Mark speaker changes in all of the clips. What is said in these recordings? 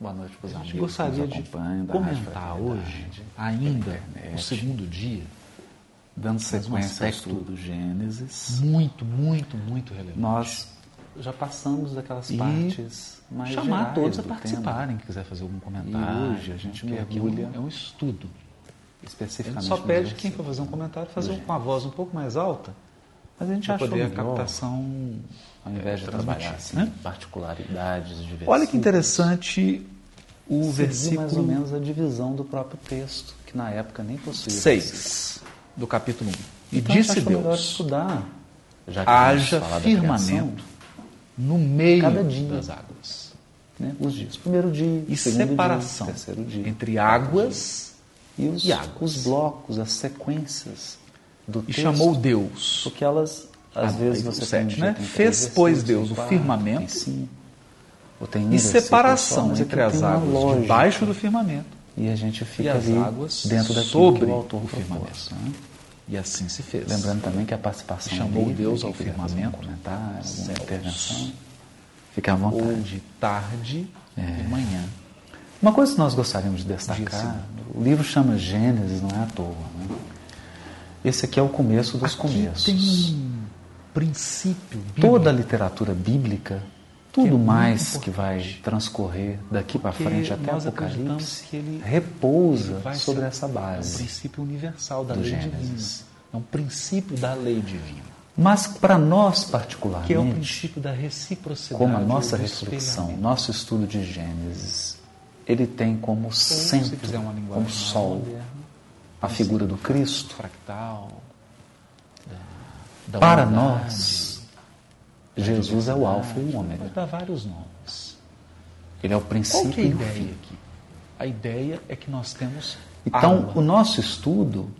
Speaker 1: Boa noite para os amigos.
Speaker 2: gente gostaria
Speaker 1: que
Speaker 2: de
Speaker 1: nos acompanham, da Rádio
Speaker 2: comentar
Speaker 1: Fraternidade,
Speaker 2: hoje, ainda,
Speaker 1: internet.
Speaker 2: o segundo dia,
Speaker 1: Dando
Speaker 2: um
Speaker 1: sequência ao
Speaker 2: aspecto-
Speaker 1: estudo Gênesis.
Speaker 2: muito, muito, muito relevante.
Speaker 1: Nós já passamos daquelas
Speaker 2: E
Speaker 1: partes mais
Speaker 2: Chamar
Speaker 1: gerais
Speaker 2: todos a
Speaker 1: do tema.
Speaker 2: participarem, que quiser fazer algum comentário.
Speaker 1: E hoje a gente
Speaker 2: porque aqui é um-
Speaker 1: mergulha
Speaker 2: É um estudo. A
Speaker 1: Especificamente
Speaker 2: gente só
Speaker 1: nos
Speaker 2: pede quem for
Speaker 1: versículos.
Speaker 2: fazer um comentário, fazer um- com a voz um pouco mais alta, mas a gente
Speaker 1: Pra
Speaker 2: achou
Speaker 1: poder
Speaker 2: a
Speaker 1: a
Speaker 2: captação...
Speaker 1: Ao invés de
Speaker 2: é,
Speaker 1: trabalhar
Speaker 2: transmitir,
Speaker 1: assim,
Speaker 2: né?
Speaker 1: particularidades de versículos,
Speaker 2: Olha que interessante o
Speaker 1: seguiu
Speaker 2: Um versículo...
Speaker 1: mais ou menos a divisão do próprio texto, que na época nem possuía.
Speaker 2: 6 do capítulo 1. E
Speaker 1: Então,
Speaker 2: disse
Speaker 1: acho melhor
Speaker 2: Deus:
Speaker 1: estudar
Speaker 2: já
Speaker 1: que vamos
Speaker 2: haja
Speaker 1: falar da
Speaker 2: firmamento no meio
Speaker 1: Cada dia.
Speaker 2: das águas.
Speaker 1: né, os dias. Primeiro dia,
Speaker 2: E
Speaker 1: segundo
Speaker 2: separação
Speaker 1: dia, terceiro dia.
Speaker 2: entre águas
Speaker 1: e os,
Speaker 2: e águas.
Speaker 1: os blocos, as sequências do
Speaker 2: e
Speaker 1: texto.
Speaker 2: chamou Deus.
Speaker 1: Porque elas, às
Speaker 2: Ah,
Speaker 1: vezes,
Speaker 2: aí, o
Speaker 1: você
Speaker 2: sete,
Speaker 1: tem um dia,
Speaker 2: né?
Speaker 1: tem três
Speaker 2: Fez, pois,
Speaker 1: versículos,
Speaker 2: Deus,
Speaker 1: tem
Speaker 2: o
Speaker 1: quatro,
Speaker 2: firmamento.
Speaker 1: tem cinco, ou tem um
Speaker 2: E
Speaker 1: versículo só,
Speaker 2: separação
Speaker 1: mas
Speaker 2: entre
Speaker 1: aquilo
Speaker 2: as
Speaker 1: tem uma
Speaker 2: águas
Speaker 1: lógica.
Speaker 2: debaixo do firmamento
Speaker 1: E a gente
Speaker 2: e
Speaker 1: fica
Speaker 2: as
Speaker 1: ali
Speaker 2: águas
Speaker 1: dentro daquilo
Speaker 2: sobre
Speaker 1: que o autor
Speaker 2: o
Speaker 1: propôs,
Speaker 2: firmamento.
Speaker 1: né?
Speaker 2: E assim se fez.
Speaker 1: Lembrando também que a participação
Speaker 2: Chamou
Speaker 1: livre,
Speaker 2: Deus
Speaker 1: quem
Speaker 2: ao
Speaker 1: quiser fazer
Speaker 2: firmamento, né?
Speaker 1: Um comentário, uma
Speaker 2: céus.
Speaker 1: intervenção. Fica à vontade.
Speaker 2: ou de tarde e manhã.
Speaker 1: Uma coisa que nós gostaríamos de destacar, o livro chama Gênesis, não é à toa. Né? Esse aqui é o começo dos começos.
Speaker 2: Tem um princípio bíblico.
Speaker 1: Toda a literatura bíblica, tudo
Speaker 2: é muito
Speaker 1: mais que vai transcorrer daqui para
Speaker 2: Porque
Speaker 1: frente até
Speaker 2: nós acreditamos
Speaker 1: Apocalipse,
Speaker 2: que ele-
Speaker 1: repousa
Speaker 2: vai
Speaker 1: sobre
Speaker 2: ser-
Speaker 1: essa
Speaker 2: É um
Speaker 1: base.
Speaker 2: princípio universal da
Speaker 1: do
Speaker 2: lei
Speaker 1: Gênesis.
Speaker 2: divina. É um princípio da lei divina.
Speaker 1: Mas para nós
Speaker 2: Que é o
Speaker 1: particularmente,
Speaker 2: princípio da reciprocidade.
Speaker 1: como a nossa
Speaker 2: ou do
Speaker 1: reflexão,
Speaker 2: espelhamento.
Speaker 1: nosso estudo de Gênesis, ele tem como
Speaker 2: se
Speaker 1: centro,
Speaker 2: quiser uma linguagem
Speaker 1: como
Speaker 2: mais
Speaker 1: sol,
Speaker 2: moderna, um
Speaker 1: a figura do Cristo.
Speaker 2: Fractal. é, da- da
Speaker 1: Para
Speaker 2: unidade.
Speaker 1: nós, Jesus é o alfa e o ômega.
Speaker 2: Pode dar vários nomes.
Speaker 1: Ele é o
Speaker 2: Qual que é a
Speaker 1: princípio e o
Speaker 2: ideia
Speaker 1: fim.
Speaker 2: aqui? A ideia é que nós temos
Speaker 1: Então,
Speaker 2: água.
Speaker 1: o nosso estudo,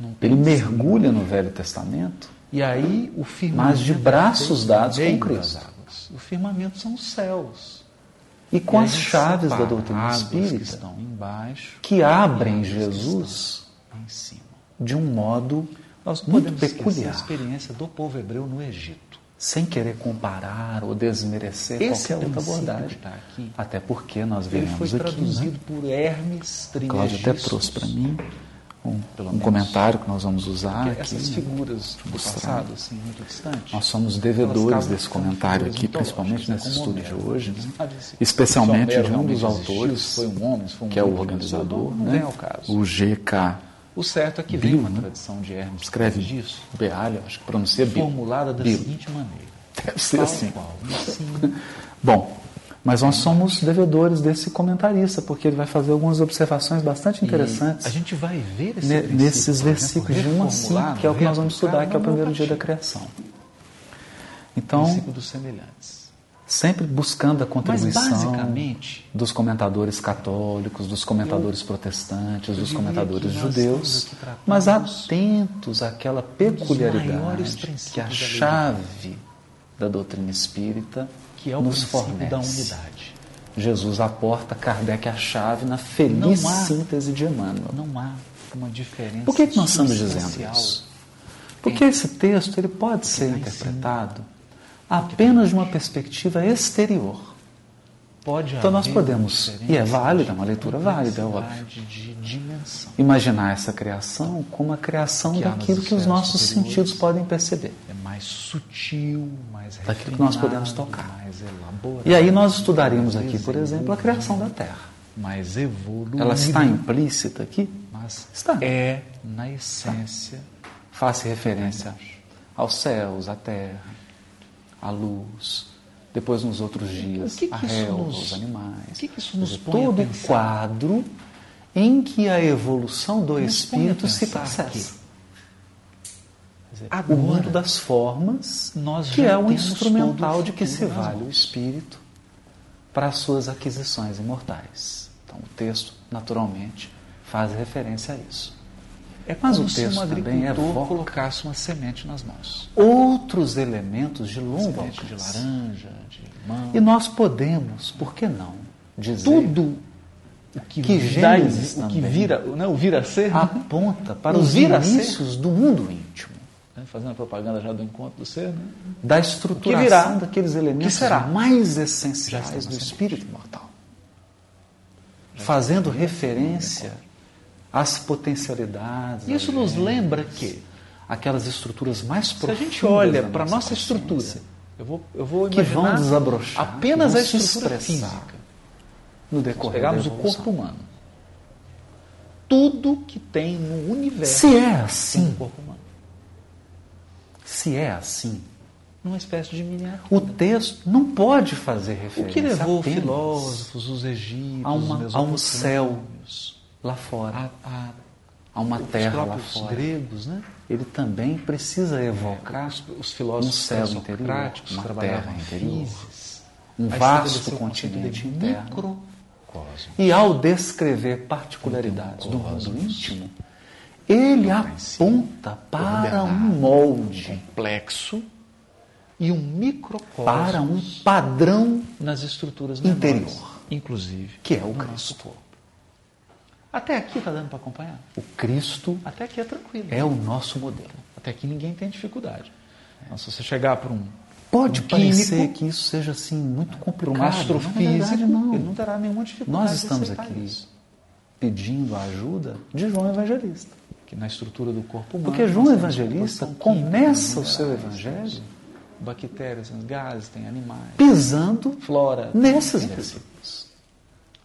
Speaker 2: Ah, Não
Speaker 1: ele mergulha no Velho Testamento.
Speaker 2: E aí o firmamento.
Speaker 1: Mas de braços
Speaker 2: é feito
Speaker 1: dados
Speaker 2: no meio
Speaker 1: com Cristo.
Speaker 2: das águas. O firmamento são os céus.
Speaker 1: E com
Speaker 2: E aí
Speaker 1: as
Speaker 2: a gente
Speaker 1: chaves da
Speaker 2: separa
Speaker 1: doutrina
Speaker 2: águas que
Speaker 1: espírita,
Speaker 2: estão embaixo
Speaker 1: que abrem
Speaker 2: águas que
Speaker 1: Jesus
Speaker 2: lá em cima.
Speaker 1: de um modo
Speaker 2: Nós não
Speaker 1: muito
Speaker 2: podemos esquecer a
Speaker 1: peculiar,
Speaker 2: experiência do povo hebreu no Egito.
Speaker 1: sem querer comparar ou desmerecer
Speaker 2: Esse é
Speaker 1: qualquer outra
Speaker 2: princípio
Speaker 1: abordagem.
Speaker 2: que tá aqui,
Speaker 1: Até porque nós
Speaker 2: Ele foi
Speaker 1: veremos aqui, né?
Speaker 2: traduzido por Hermes
Speaker 1: Cláudio
Speaker 2: Trismegisto.
Speaker 1: até trouxe para mim um,
Speaker 2: Pelo
Speaker 1: um
Speaker 2: menos.
Speaker 1: comentário que nós vamos usar aqui.
Speaker 2: Essas
Speaker 1: né?
Speaker 2: figuras do
Speaker 1: mostrar.
Speaker 2: passado, assim, muito distante.
Speaker 1: Nós somos
Speaker 2: Elas
Speaker 1: devedores
Speaker 2: causam
Speaker 1: desse comentário
Speaker 2: figuras
Speaker 1: aqui,
Speaker 2: mitológicas,
Speaker 1: principalmente
Speaker 2: né,
Speaker 1: nesse
Speaker 2: como
Speaker 1: estudo de
Speaker 2: Homero.
Speaker 1: hoje, né?
Speaker 2: Ah, disse que
Speaker 1: especialmente
Speaker 2: Homero
Speaker 1: de um dos
Speaker 2: realmente existiu,
Speaker 1: autores,
Speaker 2: se foi um homem, se foi um
Speaker 1: que é o
Speaker 2: outro,
Speaker 1: organizador,
Speaker 2: não
Speaker 1: né?
Speaker 2: vem ao caso.
Speaker 1: o GK
Speaker 2: O certo é que vem
Speaker 1: Bill,
Speaker 2: uma
Speaker 1: né?
Speaker 2: tradição de Hermes
Speaker 1: escreve
Speaker 2: Trismegisto
Speaker 1: Bealha, acho que pronuncia Bill.
Speaker 2: formulada da
Speaker 1: Bill.
Speaker 2: seguinte maneira.
Speaker 1: Deve ser
Speaker 2: Tal
Speaker 1: assim.
Speaker 2: qual, ensino
Speaker 1: Bom, mas nós somos devedores desse comentarista, porque ele vai fazer algumas observações bastante interessantes
Speaker 2: A gente vai ver esse princípio, né?
Speaker 1: ne-
Speaker 2: por
Speaker 1: nesses
Speaker 2: exemplo,
Speaker 1: versículos de 1 a 5,
Speaker 2: reformulado,
Speaker 1: que é o que nós vamos estudar, que é o
Speaker 2: replicado
Speaker 1: primeiro
Speaker 2: na
Speaker 1: dia da
Speaker 2: narrativa.
Speaker 1: criação. Então,
Speaker 2: princípio dos semelhantes.
Speaker 1: sempre buscando a
Speaker 2: Mas
Speaker 1: contribuição
Speaker 2: basicamente,
Speaker 1: dos comentadores católicos, dos comentadores protestantes, dos
Speaker 2: diria
Speaker 1: comentadores
Speaker 2: que nós
Speaker 1: judeus,
Speaker 2: estamos aqui tratando
Speaker 1: mas atentos àquela
Speaker 2: maiores
Speaker 1: peculiaridade
Speaker 2: princípios
Speaker 1: que é a
Speaker 2: da lei de
Speaker 1: chave da doutrina espírita
Speaker 2: que é o
Speaker 1: nos
Speaker 2: princípio
Speaker 1: fornece.
Speaker 2: da unidade.
Speaker 1: Jesus aporta Kardec a chave na feliz
Speaker 2: Não há-
Speaker 1: síntese de Emmanuel.
Speaker 2: Não há uma diferença.
Speaker 1: Por que, que nós estamos dizendo
Speaker 2: substancial.
Speaker 1: isso? Porque esse texto ele pode ser interpretado apenas de uma perspectiva exterior.
Speaker 2: Pode
Speaker 1: Então nós
Speaker 2: haver
Speaker 1: podemos,
Speaker 2: diferença
Speaker 1: e é válida,
Speaker 2: de
Speaker 1: é uma leitura válida, é
Speaker 2: complexidade, de dimensão.
Speaker 1: Imaginar essa criação como a criação
Speaker 2: Que há nas
Speaker 1: daquilo que os
Speaker 2: esferas
Speaker 1: nossos
Speaker 2: superiores.
Speaker 1: sentidos podem perceber.
Speaker 2: É mais sutil, mais
Speaker 1: Daquilo que nós
Speaker 2: refinado,
Speaker 1: podemos tocar.
Speaker 2: Mais elaborado.
Speaker 1: E aí nós estudaremos aqui, por exemplo, a criação da Terra.
Speaker 2: mais evoluído.
Speaker 1: Ela está Tá. implícita aqui,
Speaker 2: Mas
Speaker 1: Está.
Speaker 2: é na essência
Speaker 1: faz referência aos céus, à Terra, à luz, depois nos outros dias,
Speaker 2: que que
Speaker 1: à
Speaker 2: isso
Speaker 1: relva,
Speaker 2: nos-
Speaker 1: aos animais.
Speaker 2: o que que isso nos
Speaker 1: Quer dizer,
Speaker 2: põe a
Speaker 1: Todo o
Speaker 2: pensar?
Speaker 1: quadro em que a evolução do
Speaker 2: Nos põe a
Speaker 1: espírito se
Speaker 2: pensar
Speaker 1: processa.
Speaker 2: agora
Speaker 1: o mundo das formas,
Speaker 2: Nós
Speaker 1: que
Speaker 2: já
Speaker 1: é o
Speaker 2: temos todo
Speaker 1: instrumental
Speaker 2: o né?
Speaker 1: de que se
Speaker 2: futuro nas
Speaker 1: vale o espírito para as suas aquisições imortais. Então, o texto, naturalmente, faz referência a isso.
Speaker 2: é
Speaker 1: Mas
Speaker 2: como
Speaker 1: o
Speaker 2: se um
Speaker 1: texto também
Speaker 2: agricultor
Speaker 1: evoca-
Speaker 2: colocasse uma semente nas mãos.
Speaker 1: Outros elementos de longo
Speaker 2: Semente de
Speaker 1: alcance.
Speaker 2: laranja, de limão.
Speaker 1: E nós podemos, por que não, dizer
Speaker 2: tudo o que,
Speaker 1: que
Speaker 2: dá-
Speaker 1: Gênesis
Speaker 2: o que
Speaker 1: também. Ah,
Speaker 2: vira, né, o vir a ser, né?
Speaker 1: aponta para
Speaker 2: O
Speaker 1: os
Speaker 2: vir a ser.
Speaker 1: inícios do mundo íntimo,
Speaker 2: Né, fazendo a propaganda já do encontro do ser, né?
Speaker 1: da
Speaker 2: virá,
Speaker 1: estruturação daqueles elementos
Speaker 2: será,
Speaker 1: mais
Speaker 2: já está
Speaker 1: essenciais
Speaker 2: na
Speaker 1: do
Speaker 2: semente.
Speaker 1: espírito imortal. fazendo referência às potencialidades.
Speaker 2: Isso
Speaker 1: às
Speaker 2: nos
Speaker 1: gêneros,
Speaker 2: lembra que
Speaker 1: aquelas estruturas mais
Speaker 2: se a
Speaker 1: profundas.
Speaker 2: gente olha
Speaker 1: da
Speaker 2: para a nossa estrutura,
Speaker 1: consciência,
Speaker 2: eu vou, eu vou
Speaker 1: que vão
Speaker 2: imaginar
Speaker 1: desabrochar,
Speaker 2: apenas
Speaker 1: vão
Speaker 2: a
Speaker 1: se
Speaker 2: estrutura
Speaker 1: expressar.
Speaker 2: física.
Speaker 1: no decorrer
Speaker 2: Pegarmos
Speaker 1: da
Speaker 2: o
Speaker 1: evolução.
Speaker 2: corpo humano. Tudo que tem no universo
Speaker 1: Se é
Speaker 2: tem no
Speaker 1: assim,
Speaker 2: corpo humano.
Speaker 1: se é assim,
Speaker 2: Numa espécie de miniatura.
Speaker 1: o texto não pode fazer
Speaker 2: O
Speaker 1: referência
Speaker 2: que levou
Speaker 1: apenas
Speaker 2: filósofos, os egípcios,
Speaker 1: a, uma-
Speaker 2: os
Speaker 1: a um céu
Speaker 2: mesopotâmios,
Speaker 1: lá fora,
Speaker 2: a, a,
Speaker 1: a uma terra lá
Speaker 2: os próprios
Speaker 1: fora.
Speaker 2: gregos, né?
Speaker 1: Ele também precisa evocar
Speaker 2: Os, os filósofos
Speaker 1: Um céu interior,
Speaker 2: socráticos
Speaker 1: uma
Speaker 2: trabalhavam
Speaker 1: terra
Speaker 2: a
Speaker 1: interior,
Speaker 2: physis,
Speaker 1: um
Speaker 2: a
Speaker 1: vasto
Speaker 2: estabelecer o conceito
Speaker 1: continente
Speaker 2: de
Speaker 1: interno.
Speaker 2: microcosmo.
Speaker 1: E ao descrever particularidades do mundo íntimo, ele aponta para um molde,
Speaker 2: Complexo e um microcosmo
Speaker 1: para um padrão
Speaker 2: nas estruturas
Speaker 1: Interior.
Speaker 2: menores, Inclusive.
Speaker 1: que é o
Speaker 2: no nosso
Speaker 1: Cristo.
Speaker 2: corpo. Até aqui está dando para acompanhar?
Speaker 1: O Cristo
Speaker 2: Até aqui é tranquilo.
Speaker 1: é o nosso modelo.
Speaker 2: Até aqui ninguém tem dificuldade. Então, se você chegar para um,
Speaker 1: Pode
Speaker 2: um
Speaker 1: parecer
Speaker 2: químico,
Speaker 1: que isso seja assim muito
Speaker 2: para
Speaker 1: complicado.
Speaker 2: um
Speaker 1: mas, na verdade,
Speaker 2: astrofísico,
Speaker 1: não. é
Speaker 2: ele não terá nenhuma dificuldade
Speaker 1: Nós estamos
Speaker 2: de aceitar
Speaker 1: aqui
Speaker 2: isso.
Speaker 1: pedindo a ajuda de João Evangelista.
Speaker 2: Que na estrutura do corpo humano...
Speaker 1: Porque
Speaker 2: nós
Speaker 1: João
Speaker 2: temos
Speaker 1: Evangelista
Speaker 2: composição
Speaker 1: começa
Speaker 2: química,
Speaker 1: o seu
Speaker 2: minerais,
Speaker 1: evangelho
Speaker 2: temos Bactérias, temos gases, tem animais,
Speaker 1: pisando
Speaker 2: flora.
Speaker 1: nesses
Speaker 2: tem tudo.
Speaker 1: versículos.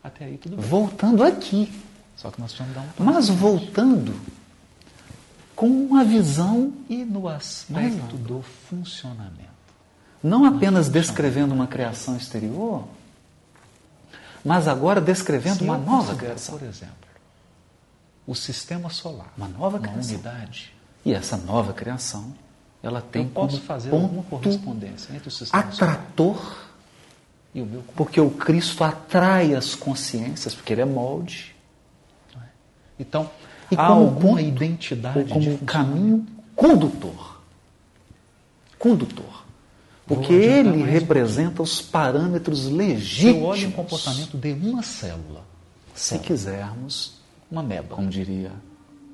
Speaker 2: Até aí tudo bem.
Speaker 1: Voltando aqui.
Speaker 2: Só que nós precisamos dar um passo.
Speaker 1: Mas voltando com uma visão
Speaker 2: E no aspecto
Speaker 1: Exato.
Speaker 2: um do funcionamento?
Speaker 1: não apenas descrevendo uma criação exterior, mas agora descrevendo
Speaker 2: Se
Speaker 1: uma
Speaker 2: eu
Speaker 1: nova
Speaker 2: considero,
Speaker 1: criação.
Speaker 2: Por exemplo, o sistema solar.
Speaker 1: Uma nova
Speaker 2: uma
Speaker 1: criação.
Speaker 2: unidade.
Speaker 1: E essa nova criação, ela tem
Speaker 2: eu posso
Speaker 1: como
Speaker 2: fazer
Speaker 1: ponto
Speaker 2: alguma correspondência entre o sistema solar
Speaker 1: atrator,
Speaker 2: e o meu corpo.
Speaker 1: porque o Cristo atrai as consciências, porque ele é molde,
Speaker 2: Então,
Speaker 1: E
Speaker 2: há
Speaker 1: como
Speaker 2: alguma
Speaker 1: ponto,
Speaker 2: identidade
Speaker 1: ou
Speaker 2: de
Speaker 1: como um
Speaker 2: função.
Speaker 1: caminho condutor. Condutor. Porque
Speaker 2: Vou adiantar
Speaker 1: ele
Speaker 2: mais um
Speaker 1: representa os parâmetros
Speaker 2: Se
Speaker 1: legítimos.
Speaker 2: eu olho o comportamento de uma célula,
Speaker 1: Se quisermos,
Speaker 2: uma ameba,
Speaker 1: como diria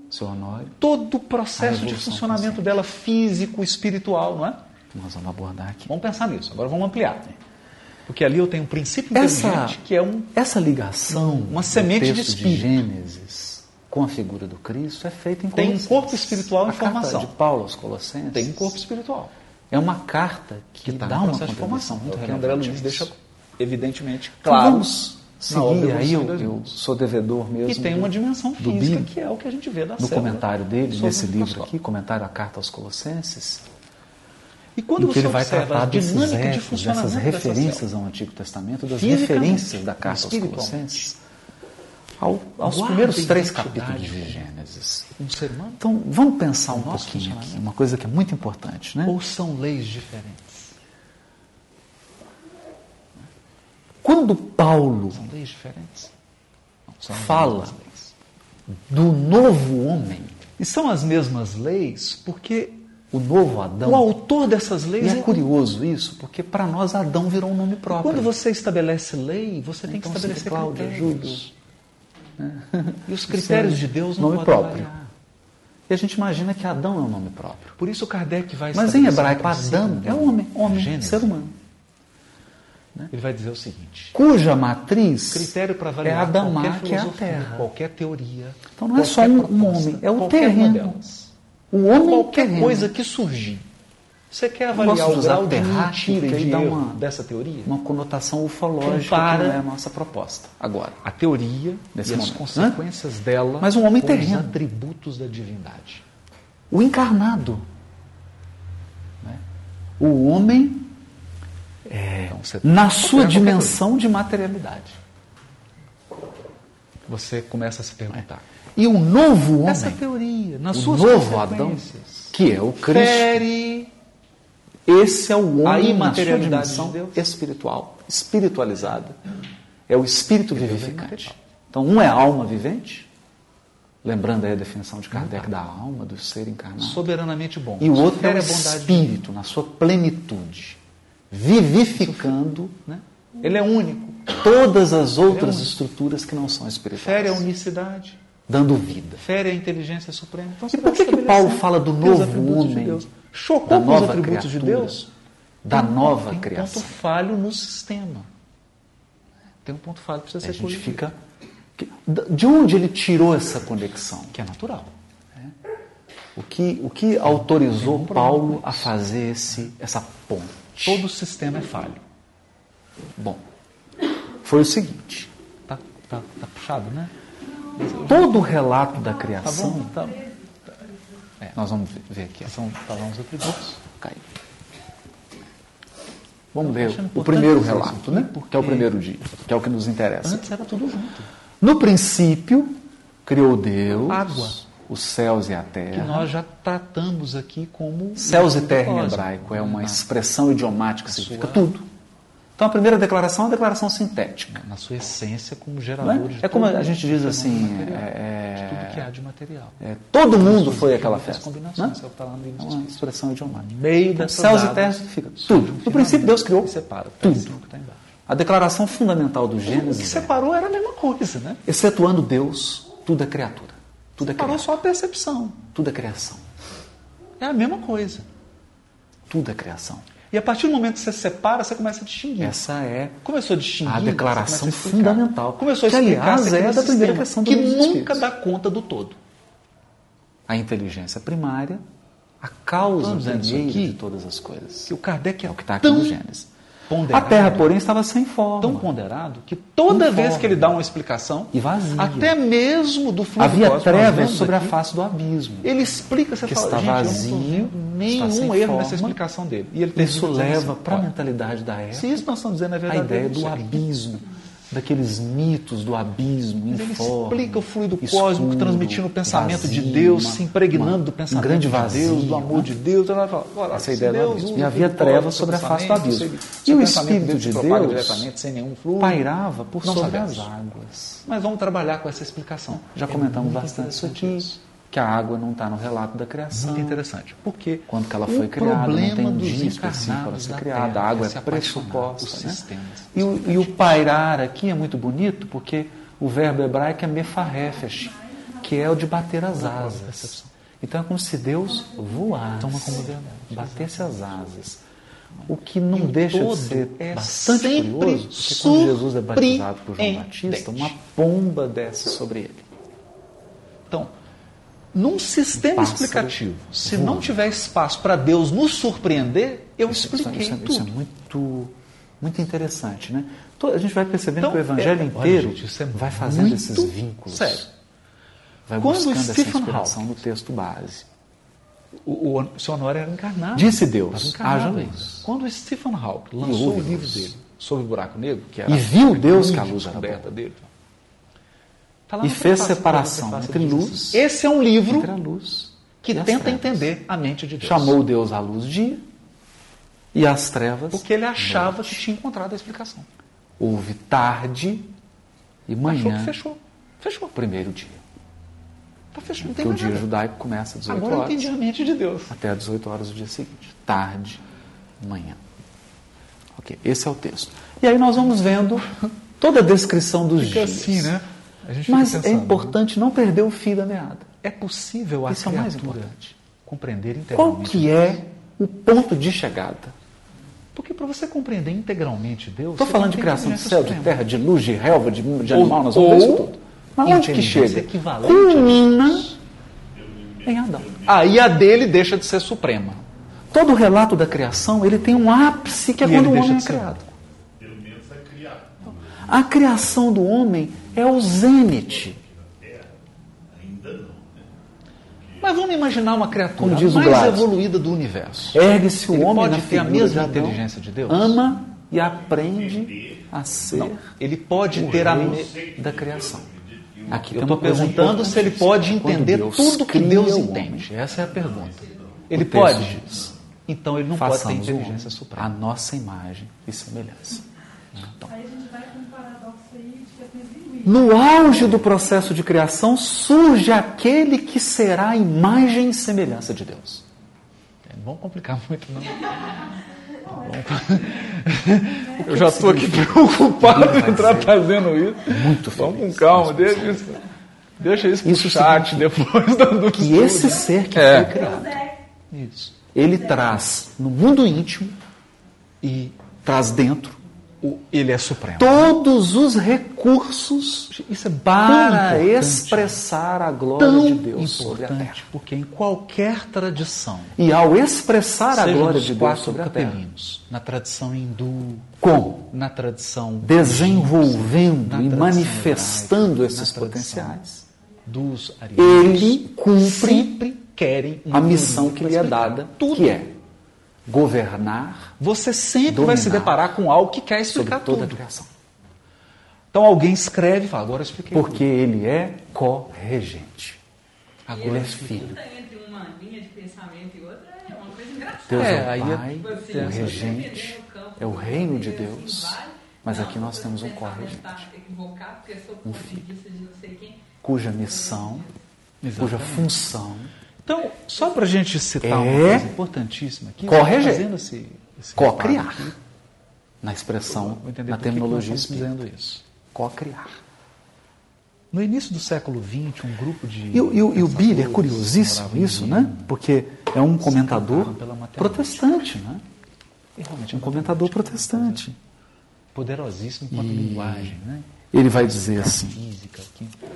Speaker 1: o seu Honório,
Speaker 2: todo o processo
Speaker 1: A
Speaker 2: de
Speaker 1: evolução
Speaker 2: funcionamento dela físico, espiritual, não é?
Speaker 1: nós vamos abordar aqui.
Speaker 2: Vamos pensar nisso. Agora vamos ampliar. né? Porque ali eu tenho um princípio
Speaker 1: Essa-
Speaker 2: inteligente que é um
Speaker 1: Essa ligação,
Speaker 2: Uma
Speaker 1: do
Speaker 2: semente de
Speaker 1: texto
Speaker 2: espírito.
Speaker 1: Gênesis com a figura do Cristo é feita
Speaker 2: Tem
Speaker 1: em
Speaker 2: um
Speaker 1: Colossenses.
Speaker 2: corpo espiritual em
Speaker 1: a carta
Speaker 2: formação.
Speaker 1: de Paulo aos Colossenses
Speaker 2: tem um corpo espiritual.
Speaker 1: É uma carta que,
Speaker 2: que tá
Speaker 1: dá
Speaker 2: no
Speaker 1: uma
Speaker 2: processo de formação.
Speaker 1: contribuição muito
Speaker 2: é o que André
Speaker 1: relevante a
Speaker 2: Luiz
Speaker 1: isso.
Speaker 2: deixa evidentemente
Speaker 1: Então,
Speaker 2: claro.
Speaker 1: Vamos
Speaker 2: na obra
Speaker 1: seguir aí,
Speaker 2: Evolução
Speaker 1: eu,
Speaker 2: em dois
Speaker 1: eu
Speaker 2: mundos.
Speaker 1: sou devedor mesmo.
Speaker 2: E tem
Speaker 1: do-
Speaker 2: uma dimensão
Speaker 1: do
Speaker 2: física
Speaker 1: Bill.
Speaker 2: que é o que a gente vê da
Speaker 1: No
Speaker 2: célula.
Speaker 1: comentário dele,
Speaker 2: sob o
Speaker 1: nesse livro
Speaker 2: microscópio.
Speaker 1: aqui, comentário à Carta aos Colossenses,
Speaker 2: E quando
Speaker 1: em que
Speaker 2: você
Speaker 1: ele vai
Speaker 2: observa
Speaker 1: tratar
Speaker 2: a
Speaker 1: desses
Speaker 2: dinâmica de
Speaker 1: ecos,
Speaker 2: funcionamento
Speaker 1: dessas
Speaker 2: dessa
Speaker 1: referências ao Antigo Testamento, das
Speaker 2: Fisicamente,
Speaker 1: referências da Carta aos
Speaker 2: espiritualmente.
Speaker 1: Colossenses, ao- aos
Speaker 2: Guarda
Speaker 1: primeiros três
Speaker 2: identidade
Speaker 1: capítulos de
Speaker 2: com-
Speaker 1: Gênesis.
Speaker 2: célula, um ser humano
Speaker 1: Então, vamos pensar um
Speaker 2: Nosso
Speaker 1: pouquinho aqui,
Speaker 2: funcionamento.
Speaker 1: uma coisa que é muito importante, né?
Speaker 2: ou são leis diferentes?
Speaker 1: Quando Paulo
Speaker 2: São leis diferentes. Não, são as
Speaker 1: Fala.
Speaker 2: mesmas leis.
Speaker 1: do novo homem,
Speaker 2: E são as mesmas leis porque
Speaker 1: o novo
Speaker 2: o
Speaker 1: Adão,
Speaker 2: autor dessas leis
Speaker 1: um e
Speaker 2: é
Speaker 1: é curioso isso, porque para nós Adão virou um nome próprio.
Speaker 2: Quando você estabelece lei, você tem
Speaker 1: Então,
Speaker 2: que estabelecer
Speaker 1: sempre Cláudio,
Speaker 2: critérios. E os critérios
Speaker 1: né? Isso é
Speaker 2: de Deus não
Speaker 1: nome
Speaker 2: podem
Speaker 1: próprio.
Speaker 2: variar.
Speaker 1: E a gente imagina que Adão é um nome próprio.
Speaker 2: Por isso Kardec vai
Speaker 1: Mas em
Speaker 2: estabelecer
Speaker 1: hebraico,
Speaker 2: um princípio
Speaker 1: Adão é
Speaker 2: dela.
Speaker 1: um homem, homem
Speaker 2: Gênesis.
Speaker 1: ser humano, né?
Speaker 2: Ele vai dizer o seguinte:
Speaker 1: cuja matriz
Speaker 2: critério para
Speaker 1: é
Speaker 2: avaliar
Speaker 1: Adamá,
Speaker 2: qualquer
Speaker 1: que é a
Speaker 2: filosofia,
Speaker 1: terra.
Speaker 2: qualquer teoria.
Speaker 1: Então não é só
Speaker 2: qualquer
Speaker 1: um- um
Speaker 2: proposta,
Speaker 1: homem, é o
Speaker 2: qualquer uma
Speaker 1: terreno.
Speaker 2: delas.
Speaker 1: O homem
Speaker 2: Qualquer
Speaker 1: terreno.
Speaker 2: coisa que surgir. Você quer
Speaker 1: gosto
Speaker 2: avaliar
Speaker 1: de
Speaker 2: o
Speaker 1: usar
Speaker 2: grau de
Speaker 1: terráqueo,
Speaker 2: mentira
Speaker 1: que
Speaker 2: e
Speaker 1: aí
Speaker 2: de
Speaker 1: dá
Speaker 2: erro
Speaker 1: uma-
Speaker 2: dessa teoria?
Speaker 1: uma conotação ufológica
Speaker 2: Compara-
Speaker 1: que não é a nossa proposta agora.
Speaker 2: A teoria
Speaker 1: Nesse
Speaker 2: e as
Speaker 1: momento, né?
Speaker 2: consequências dela
Speaker 1: Mas um homem
Speaker 2: com
Speaker 1: terreno.
Speaker 2: os atributos da divindade.
Speaker 1: O encarnado, né? o homem
Speaker 2: Então, você
Speaker 1: na
Speaker 2: Qualquer
Speaker 1: sua
Speaker 2: coisa.
Speaker 1: dimensão de materialidade.
Speaker 2: você começa a se perguntar.
Speaker 1: E o novo homem,
Speaker 2: Essa É. teoria, nas
Speaker 1: o
Speaker 2: suas
Speaker 1: novo Adão,
Speaker 2: consequências,
Speaker 1: que é o Cristo,
Speaker 2: fere
Speaker 1: esse é o
Speaker 2: A
Speaker 1: homem na sua
Speaker 2: imaterialidade
Speaker 1: dimensão
Speaker 2: de Deus.
Speaker 1: espiritual, espiritualizada. É o espírito
Speaker 2: Deus é
Speaker 1: vivificante.
Speaker 2: imaterial.
Speaker 1: Então, um é alma vivente, lembrando aí a definição de Kardec da alma, do ser encarnado.
Speaker 2: soberanamente bom.
Speaker 1: E o outro é
Speaker 2: fere
Speaker 1: o
Speaker 2: a bondade. de
Speaker 1: espírito, na sua plenitude,
Speaker 2: Deus,
Speaker 1: vivificando
Speaker 2: Né? Ele é único.
Speaker 1: todas as outras
Speaker 2: Ele é um-
Speaker 1: estruturas que não são
Speaker 2: Fere a
Speaker 1: espirituais,
Speaker 2: unicidade.
Speaker 1: dando vida.
Speaker 2: Fere a inteligência suprema. Então,
Speaker 1: E
Speaker 2: você
Speaker 1: por
Speaker 2: vai
Speaker 1: que, que
Speaker 2: estabelecer
Speaker 1: Paulo fala do
Speaker 2: os
Speaker 1: novo
Speaker 2: atributos de
Speaker 1: homem,
Speaker 2: Deus.
Speaker 1: da
Speaker 2: Chocou com os
Speaker 1: nova
Speaker 2: atributos
Speaker 1: criatura,
Speaker 2: de Deus?
Speaker 1: da
Speaker 2: Tem um
Speaker 1: nova
Speaker 2: ponto- Tem
Speaker 1: criação?
Speaker 2: um ponto falho no sistema. Tem um ponto falho que precisa
Speaker 1: A
Speaker 2: ser
Speaker 1: gente
Speaker 2: corrigido.
Speaker 1: fica De onde ele tirou essa conexão?
Speaker 2: Que é natural.
Speaker 1: O que, o que
Speaker 2: um
Speaker 1: autorizou Paulo a fazer esse, essa ponte?
Speaker 2: Todo o sistema é falho.
Speaker 1: Bom, foi o seguinte:
Speaker 2: Tá, tá, tá puxado, né?
Speaker 1: todo o relato da criação.
Speaker 2: Tá,
Speaker 1: É, nós vamos ver- ver aqui. ó.
Speaker 2: são tá lá os atributos.
Speaker 1: Caiu. Vamos ler
Speaker 2: achando Tá
Speaker 1: o
Speaker 2: importante
Speaker 1: primeiro
Speaker 2: dizer isso
Speaker 1: relato,
Speaker 2: aqui,
Speaker 1: né?
Speaker 2: porque-
Speaker 1: Que é o primeiro dia, que é o que nos interessa.
Speaker 2: Antes era tudo junto.
Speaker 1: No princípio, criou Deus
Speaker 2: Água.
Speaker 1: os céus e a
Speaker 2: Que
Speaker 1: terra.
Speaker 2: nós já tratamos aqui como.
Speaker 1: Céus e terra em
Speaker 2: Cosmo.
Speaker 1: hebraico é uma
Speaker 2: Na-
Speaker 1: expressão idiomática, significa
Speaker 2: Sua-
Speaker 1: tudo. Então a primeira declaração é uma declaração sintética.
Speaker 2: Na sua essência, como
Speaker 1: não é?
Speaker 2: gerador de
Speaker 1: É como
Speaker 2: todo
Speaker 1: a gente diz assim,
Speaker 2: material,
Speaker 1: é-
Speaker 2: de tudo que há de material.
Speaker 1: é, todo mundo foi
Speaker 2: As
Speaker 1: àquela festa. né?
Speaker 2: combinações, é o que tá lá no livro
Speaker 1: É
Speaker 2: dos
Speaker 1: uma
Speaker 2: Espíritos.
Speaker 1: expressão idiomática.
Speaker 2: meio
Speaker 1: Então,
Speaker 2: dessas
Speaker 1: céus e
Speaker 2: águas
Speaker 1: terra significa
Speaker 2: surge um
Speaker 1: tudo. No
Speaker 2: firmamento
Speaker 1: princípio, Deus criou
Speaker 2: que separa, o que tá em cima, o
Speaker 1: tudo.
Speaker 2: que tá embaixo.
Speaker 1: A declaração fundamental do
Speaker 2: O que
Speaker 1: Gênesis é,
Speaker 2: separou era a mesma coisa, né?
Speaker 1: excetuando Deus, tudo é criatura. Tudo é
Speaker 2: Separou
Speaker 1: criação.
Speaker 2: só a percepção.
Speaker 1: Tudo é criação.
Speaker 2: É a mesma coisa.
Speaker 1: Tudo é criação.
Speaker 2: E a partir do momento que você separa, você começa a distinguir.
Speaker 1: Essa é
Speaker 2: Começou a distinguir.
Speaker 1: A declaração
Speaker 2: você começa explicar.
Speaker 1: fundamental.
Speaker 2: Começou a
Speaker 1: Que,
Speaker 2: explicar.
Speaker 1: aliás,
Speaker 2: você
Speaker 1: é
Speaker 2: cria um
Speaker 1: da primeira
Speaker 2: sistema
Speaker 1: versão do
Speaker 2: Que
Speaker 1: livro dos
Speaker 2: nunca
Speaker 1: Espíritos.
Speaker 2: dá conta do todo.
Speaker 1: a inteligência primária, a causa
Speaker 2: Estamos dizendo isso
Speaker 1: primeira
Speaker 2: aqui?
Speaker 1: de todas as coisas.
Speaker 2: Que o Kardec é,
Speaker 1: É o que está aqui
Speaker 2: tão
Speaker 1: no Gênesis.
Speaker 2: ponderado,
Speaker 1: A Terra, porém, estava sem forma.
Speaker 2: tão ponderado que toda
Speaker 1: Informe.
Speaker 2: vez que ele dá uma explicação,
Speaker 1: E vazia.
Speaker 2: até mesmo do fluxo
Speaker 1: Havia trevas sobre a face do abismo.
Speaker 2: Ele explica, você
Speaker 1: Que
Speaker 2: fala,
Speaker 1: está
Speaker 2: gente, eu não tô
Speaker 1: vazio,
Speaker 2: vendo
Speaker 1: está sem
Speaker 2: nenhum erro
Speaker 1: forma.
Speaker 2: nessa explicação dele. E ele
Speaker 1: Isso
Speaker 2: termina dizendo
Speaker 1: leva
Speaker 2: assim,
Speaker 1: para a
Speaker 2: olha,
Speaker 1: mentalidade da época
Speaker 2: Se isso nós estamos dizendo é
Speaker 1: a
Speaker 2: verdade,
Speaker 1: ideia
Speaker 2: eu não
Speaker 1: do
Speaker 2: sei.
Speaker 1: abismo, daqueles mitos do abismo
Speaker 2: Ele
Speaker 1: informe.
Speaker 2: explica o fluido
Speaker 1: escuro,
Speaker 2: cósmico transmitindo o pensamento de
Speaker 1: vazio,
Speaker 2: Deus,
Speaker 1: uma-
Speaker 2: se impregnando
Speaker 1: uma-
Speaker 2: do pensamento
Speaker 1: um grande
Speaker 2: de
Speaker 1: vazio,
Speaker 2: Deus, do amor
Speaker 1: né?
Speaker 2: de Deus. Ela fala, olha,
Speaker 1: Essa
Speaker 2: se
Speaker 1: ideia do
Speaker 2: Deus
Speaker 1: abismo.
Speaker 2: usa
Speaker 1: E havia
Speaker 2: o corpo,
Speaker 1: trevas sobre a face do
Speaker 2: pensamento,
Speaker 1: abismo.
Speaker 2: não sei-
Speaker 1: E
Speaker 2: se
Speaker 1: o
Speaker 2: pensamento
Speaker 1: Espírito
Speaker 2: dele se
Speaker 1: de
Speaker 2: propaga
Speaker 1: Deus
Speaker 2: diretamente, sem nenhum fluxo,
Speaker 1: Pairava por
Speaker 2: não
Speaker 1: sobre
Speaker 2: sabemos.
Speaker 1: as águas.
Speaker 2: Mas vamos trabalhar com essa explicação.
Speaker 1: Já
Speaker 2: É
Speaker 1: comentamos
Speaker 2: muito
Speaker 1: bastante isso
Speaker 2: interessante
Speaker 1: aqui,
Speaker 2: isso.
Speaker 1: que a água não está no relato da
Speaker 2: É
Speaker 1: criação.
Speaker 2: Muito interessante. Porque
Speaker 1: Quando que ela
Speaker 2: o
Speaker 1: foi criada, não tem
Speaker 2: problema
Speaker 1: um
Speaker 2: dos
Speaker 1: dia específico para
Speaker 2: encarnados
Speaker 1: ser
Speaker 2: da
Speaker 1: criada.
Speaker 2: Terra
Speaker 1: A água
Speaker 2: é
Speaker 1: é
Speaker 2: se apaixonar
Speaker 1: pressuposta.
Speaker 2: por
Speaker 1: Né?
Speaker 2: sistemas. é
Speaker 1: E, o, e o pairar aqui é muito bonito porque o verbo hebraico é mefarefesh, que é o de bater as asas. Então é como se Deus voasse,
Speaker 2: Toma como verdade.
Speaker 1: batesse as asas. O que não deixa de
Speaker 2: todo
Speaker 1: ser
Speaker 2: é
Speaker 1: bastante
Speaker 2: sempre
Speaker 1: curioso, porque quando Jesus é batizado por João Batista,
Speaker 2: surpreendente.
Speaker 1: uma pomba desce sobre ele.
Speaker 2: Então, num sistema
Speaker 1: Pássaro
Speaker 2: explicativo, se
Speaker 1: voa.
Speaker 2: não tiver espaço para Deus nos surpreender, eu
Speaker 1: Isso- isso-
Speaker 2: expliquei
Speaker 1: isso, é-
Speaker 2: tudo.
Speaker 1: isso é muito, muito interessante, né? To- A gente vai percebendo
Speaker 2: Então,
Speaker 1: que o Evangelho
Speaker 2: é- olha,
Speaker 1: inteiro
Speaker 2: gente, isso é
Speaker 1: vai fazendo
Speaker 2: muito
Speaker 1: esses vínculos.
Speaker 2: sério.
Speaker 1: Vai
Speaker 2: Quando
Speaker 1: buscando essa
Speaker 2: Stephen
Speaker 1: inspiração no texto base.
Speaker 2: O, o, o seu Honório era encarnado.
Speaker 1: Disse Deus,
Speaker 2: Estava encarnado
Speaker 1: haja
Speaker 2: ainda.
Speaker 1: luz.
Speaker 2: Quando o Stephen Hawking
Speaker 1: E
Speaker 2: lançou
Speaker 1: houve
Speaker 2: o livro
Speaker 1: luz.
Speaker 2: dele sobre o buraco negro, que era
Speaker 1: E viu Deus
Speaker 2: grande
Speaker 1: que a luz era
Speaker 2: descoberta
Speaker 1: boa.
Speaker 2: dele, tá lá
Speaker 1: E
Speaker 2: na
Speaker 1: fez
Speaker 2: prefaça,
Speaker 1: separação
Speaker 2: na prefaça
Speaker 1: entre
Speaker 2: ele diz
Speaker 1: luz
Speaker 2: assim, Esse é um livro
Speaker 1: Entre a luz
Speaker 2: que
Speaker 1: e as
Speaker 2: tenta
Speaker 1: trevas.
Speaker 2: entender a mente de Deus.
Speaker 1: Chamou Deus à luz dia e às trevas.
Speaker 2: porque ele achava que tinha encontrado a explicação.
Speaker 1: Houve tarde e
Speaker 2: Achou
Speaker 1: manhã,
Speaker 2: que fechou. Fechou.
Speaker 1: o primeiro dia.
Speaker 2: Tá fechado, não tem mais
Speaker 1: Porque o dia
Speaker 2: nada.
Speaker 1: judaico começa às 18
Speaker 2: Agora eu
Speaker 1: horas.
Speaker 2: entendi a mente de Deus.
Speaker 1: até às 18 horas do dia seguinte, tarde, manhã. Ok, esse é o texto. E aí nós vamos vendo toda a descrição dos
Speaker 2: Fica
Speaker 1: dias.
Speaker 2: assim, né? A gente fica
Speaker 1: Mas é
Speaker 2: pensando, né?
Speaker 1: importante não perder o fio da meada.
Speaker 2: É possível a
Speaker 1: Isso é o mais
Speaker 2: criatura
Speaker 1: importante.
Speaker 2: compreender integralmente.
Speaker 1: Qual que é o ponto de chegada?
Speaker 2: Porque para você compreender integralmente Deus.
Speaker 1: Estou
Speaker 2: você
Speaker 1: falando
Speaker 2: tem
Speaker 1: de
Speaker 2: que
Speaker 1: criação de
Speaker 2: entender
Speaker 1: céu, de
Speaker 2: supremo.
Speaker 1: terra, de luz, de relva, de, de animal, nós
Speaker 2: ou
Speaker 1: vamos ver isso tudo. Mas onde que
Speaker 2: inteligência
Speaker 1: chega?
Speaker 2: equivalente a um Deus.
Speaker 1: Culmina em Adão.
Speaker 2: Aí a dele deixa de ser suprema.
Speaker 1: Todo o relato da criação, ele tem um ápice que é
Speaker 2: E
Speaker 1: quando
Speaker 2: ele
Speaker 1: o
Speaker 2: deixa
Speaker 1: homem é
Speaker 2: de ser
Speaker 1: criado.
Speaker 2: humano.
Speaker 3: Pelo menos é criado.
Speaker 1: A criação do homem é o zênite.
Speaker 3: Ainda não.
Speaker 2: Mas vamos imaginar uma criatura
Speaker 1: Como diz o
Speaker 2: mais
Speaker 1: Gladys.
Speaker 2: evoluída do universo.
Speaker 1: Ergue-se o
Speaker 2: Ele
Speaker 1: homem
Speaker 2: pode
Speaker 1: na
Speaker 2: ter a
Speaker 1: figura
Speaker 2: mesma
Speaker 1: de Adão,
Speaker 2: inteligência de Deus?
Speaker 1: Ama e aprende a ser
Speaker 2: Ele pode
Speaker 1: o
Speaker 2: ter a.
Speaker 1: rei
Speaker 2: me-
Speaker 1: da criação. Aqui
Speaker 2: Eu
Speaker 1: tem uma
Speaker 2: estou
Speaker 1: coisa
Speaker 2: perguntando se ele pode
Speaker 1: importante. Quando
Speaker 2: entender
Speaker 1: Deus
Speaker 2: tudo que
Speaker 1: cria
Speaker 2: Deus
Speaker 1: o
Speaker 2: entende. Essa é a pergunta. Ele
Speaker 1: texto
Speaker 2: pode?
Speaker 1: diz,
Speaker 2: Então ele não
Speaker 1: Não
Speaker 2: pode ter
Speaker 1: façamos
Speaker 2: inteligência
Speaker 1: o homem, a
Speaker 2: suprema.
Speaker 1: nossa imagem e semelhança. Então,
Speaker 4: Aí a gente vai com um paradoxo aí de é questões linguísticas.
Speaker 1: no auge do processo de criação surge aquele que será a imagem e semelhança de Deus.
Speaker 2: É, Não vamos complicar muito, não.
Speaker 1: Eu já estou aqui preocupado em entrar
Speaker 2: trazendo isso.
Speaker 1: muito feliz.
Speaker 2: deixa isso. Deixa isso
Speaker 1: pro Isso chat
Speaker 2: depois do
Speaker 1: Que esse ser que
Speaker 2: É.
Speaker 1: foi criado,
Speaker 4: Zé,
Speaker 2: Isso.
Speaker 1: ele traz no mundo íntimo
Speaker 2: E
Speaker 1: traz dentro
Speaker 2: o- ele é supremo.
Speaker 1: todos os recursos
Speaker 2: Isso é
Speaker 1: para
Speaker 2: tão importante,
Speaker 1: expressar a glória
Speaker 2: tão
Speaker 1: de Deus sobre a terra.
Speaker 2: importante, porque em qualquer tradição,
Speaker 1: E ao expressar a
Speaker 2: seja
Speaker 1: glória
Speaker 2: dos
Speaker 1: de Deus
Speaker 2: quatro
Speaker 1: sobre a terra,
Speaker 2: capelinos, na tradição hindu,
Speaker 1: como?
Speaker 2: na tradição
Speaker 1: Desenvolvendo
Speaker 2: Na
Speaker 1: e
Speaker 2: tradição
Speaker 1: manifestando
Speaker 2: hebraica,
Speaker 1: esses
Speaker 2: na tradição
Speaker 1: potenciais,
Speaker 2: dos arianos,
Speaker 1: ele cumpre
Speaker 2: sempre querem um
Speaker 1: a missão
Speaker 2: produto
Speaker 1: que lhe é
Speaker 2: especial.
Speaker 1: dada,
Speaker 2: Tudo.
Speaker 1: que é governar
Speaker 2: Você sempre vai se
Speaker 1: Dominar.
Speaker 2: deparar com algo que quer
Speaker 1: sobre
Speaker 2: explicar
Speaker 1: toda a
Speaker 2: tudo.
Speaker 1: criação.
Speaker 2: Então alguém escreve e fala, agora eu expliquei
Speaker 1: Porque ele é corregente.
Speaker 2: tudo. Agora
Speaker 1: Ele é
Speaker 2: eu expliquei.
Speaker 1: filho.
Speaker 5: Luta entre uma linha de pensamento e outra é uma coisa engraçada. Tipo assim,
Speaker 1: Deus é,
Speaker 2: É, aí
Speaker 1: o
Speaker 2: é-
Speaker 1: Pai,
Speaker 5: Você-
Speaker 1: o
Speaker 5: você
Speaker 1: regente,
Speaker 5: entender o campo
Speaker 1: é o
Speaker 5: do
Speaker 1: reino de
Speaker 5: assim,
Speaker 1: Deus.
Speaker 5: vale.
Speaker 1: Mas
Speaker 5: Não,
Speaker 1: aqui nós
Speaker 5: você
Speaker 1: temos um
Speaker 5: pensamento tá
Speaker 1: corregente, Um
Speaker 5: equivocado, porque eu sou ponto de vista de não sei quem.
Speaker 1: cuja missão,
Speaker 2: Exatamente.
Speaker 1: cuja função
Speaker 2: Então, só para a gente citar uma
Speaker 1: É
Speaker 2: coisa importantíssima aqui,
Speaker 1: corrigir.
Speaker 2: fazendo esse, esse
Speaker 1: co-criar.
Speaker 2: reparo aqui,
Speaker 1: Na expressão,
Speaker 2: vou entender
Speaker 1: na
Speaker 2: por que que
Speaker 1: terminologia
Speaker 2: nós estamos
Speaker 1: espírita.
Speaker 2: dizendo isso.
Speaker 1: Co-criar.
Speaker 2: No início do século XX, um grupo de.
Speaker 1: E, o- e o- e o Billy é
Speaker 2: pensadores
Speaker 1: curiosíssimo
Speaker 2: moravam em
Speaker 1: isso,
Speaker 2: Viena.
Speaker 1: né? Porque é um comentador
Speaker 2: encantaram pela matemática.
Speaker 1: protestante, né?
Speaker 2: E realmente,
Speaker 1: Um comentador protestante.
Speaker 2: Poderosíssimo
Speaker 1: Hum.
Speaker 2: quanto linguagem, né?
Speaker 1: Ele vai dizer assim,
Speaker 2: Física, química.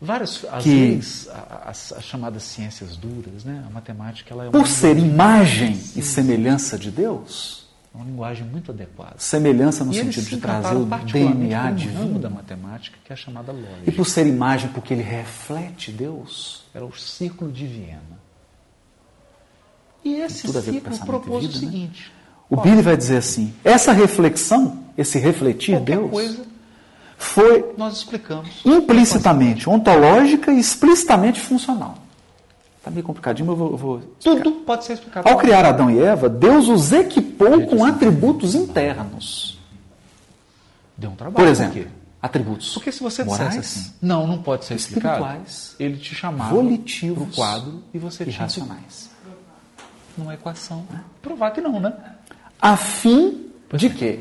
Speaker 2: Várias. As
Speaker 1: Que-
Speaker 2: leis, a- as, as chamadas ciências duras, né? A matemática, ela é uma,
Speaker 1: por ser
Speaker 2: linguagem-
Speaker 1: imagem e semelhança de Deus,
Speaker 2: é uma linguagem muito adequada.
Speaker 1: semelhança no
Speaker 2: E eles
Speaker 1: sentido
Speaker 2: se
Speaker 1: de trazer
Speaker 2: encantaram
Speaker 1: o
Speaker 2: particularmente
Speaker 1: DNA
Speaker 2: com um ramo da
Speaker 1: divino,
Speaker 2: matemática, que é a chamada
Speaker 1: e
Speaker 2: lógica.
Speaker 1: por ser imagem porque ele reflete Deus,
Speaker 2: Era o Círculo de Viena. E esse
Speaker 1: tudo a ver
Speaker 2: círculo
Speaker 1: com pensamento e
Speaker 2: propôs
Speaker 1: vida,
Speaker 2: o
Speaker 1: né?
Speaker 2: seguinte:
Speaker 1: o
Speaker 2: ó,
Speaker 1: Billy vai dizer assim, essa reflexão, esse refletir
Speaker 2: qualquer
Speaker 1: Deus,
Speaker 2: coisa
Speaker 1: foi
Speaker 2: nós explicamos.
Speaker 1: implicitamente ontológica e explicitamente funcional. Está meio complicadinho, mas eu vou. eu vou explicar.
Speaker 2: Tudo pode ser explicado.
Speaker 1: Ao criar Adão e Eva, Deus os equipou com
Speaker 2: assim,
Speaker 1: atributos internos.
Speaker 2: Deu um trabalho.
Speaker 1: Por
Speaker 2: quê?
Speaker 1: exemplo, atributos.
Speaker 2: Porque se você
Speaker 1: morais,
Speaker 2: dissesse assim, não, não pode ser explicado,
Speaker 1: espirituais,
Speaker 2: ele te chamava
Speaker 1: volitivos,
Speaker 2: pro quadro e você tinha que,
Speaker 1: irracionais.
Speaker 2: numa equação,
Speaker 1: É.
Speaker 2: provar que não, né?
Speaker 1: A fim de quê?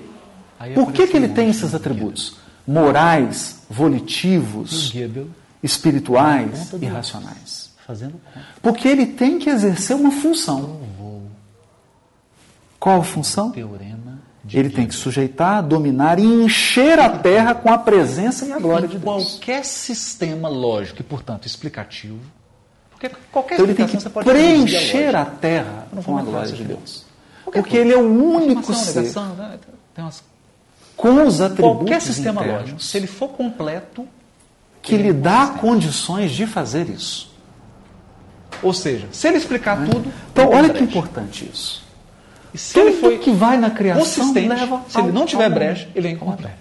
Speaker 2: é. Aí
Speaker 1: Por que,
Speaker 2: apareceu
Speaker 1: que ele
Speaker 2: um
Speaker 1: tem
Speaker 2: monte
Speaker 1: esses
Speaker 2: de
Speaker 1: atributos? Morais,
Speaker 2: E o
Speaker 1: volitivos,
Speaker 2: Goebel, na
Speaker 1: espirituais
Speaker 2: ponta
Speaker 1: e
Speaker 2: do
Speaker 1: irracionais.
Speaker 2: lápis, Fazendo conta.
Speaker 1: Porque ele tem que exercer uma função. Qual a função?
Speaker 2: um Teorema de
Speaker 1: Ele tem que sujeitar, dominar e encher a terra com a presença e a glória de
Speaker 2: em
Speaker 1: Deus.
Speaker 2: qualquer sistema lógico e, portanto, explicativo, porque qualquer
Speaker 1: Então ele tem que
Speaker 2: explicação você pode
Speaker 1: preencher
Speaker 2: reduzir
Speaker 1: a terra
Speaker 2: Eu não vou
Speaker 1: com a
Speaker 2: entrar
Speaker 1: glória
Speaker 2: nisso
Speaker 1: de
Speaker 2: aqui.
Speaker 1: Deus. Porque ele é o único
Speaker 2: Afirmação,
Speaker 1: ser
Speaker 2: negação, né? Tem umas-
Speaker 1: com os atributos
Speaker 2: Qualquer sistema
Speaker 1: internos
Speaker 2: é lógico, se ele for completo,
Speaker 1: que lhe dá condições de fazer isso.
Speaker 2: ou seja, se ele explicar tudo,
Speaker 1: Então,
Speaker 2: não tem
Speaker 1: olha que
Speaker 2: brecha.
Speaker 1: importante isso.
Speaker 2: E se
Speaker 1: Tudo
Speaker 2: Então, ele foi
Speaker 1: que vai na criação
Speaker 2: consistente,
Speaker 1: leva
Speaker 2: se ele
Speaker 1: ao-
Speaker 2: não tiver
Speaker 1: ao
Speaker 2: brecha,
Speaker 1: mundo.
Speaker 2: ele é vem com a brecha.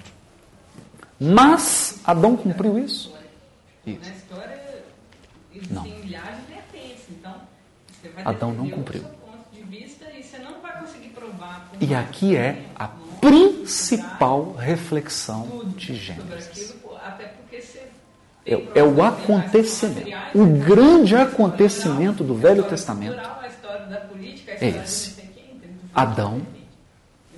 Speaker 1: Mas Adão cumpriu isso?
Speaker 5: Na história existem
Speaker 1: Não.
Speaker 5: milhares de vertentes, então você vai
Speaker 1: Adão não
Speaker 5: defender
Speaker 1: cumpriu.
Speaker 5: o seu ponto de vista e você não vai conseguir provar. por
Speaker 1: E
Speaker 5: mais
Speaker 1: aqui é
Speaker 5: tempo,
Speaker 1: a
Speaker 5: não,
Speaker 1: principal reflexão
Speaker 5: tudo
Speaker 1: de
Speaker 5: sobre
Speaker 1: Gênesis.
Speaker 5: aquilo, até porque você
Speaker 1: É,
Speaker 5: tem
Speaker 1: é o
Speaker 5: problemas
Speaker 1: acontecimento,
Speaker 5: materiais,
Speaker 1: o
Speaker 5: né?
Speaker 1: grande
Speaker 5: A história
Speaker 1: acontecimento do
Speaker 5: cultural,
Speaker 1: Velho
Speaker 5: a
Speaker 1: Testamento.
Speaker 5: história cultural, a história da política, a
Speaker 1: É
Speaker 5: história de
Speaker 1: esse.
Speaker 5: não sei quem, entendeu?
Speaker 1: Adão,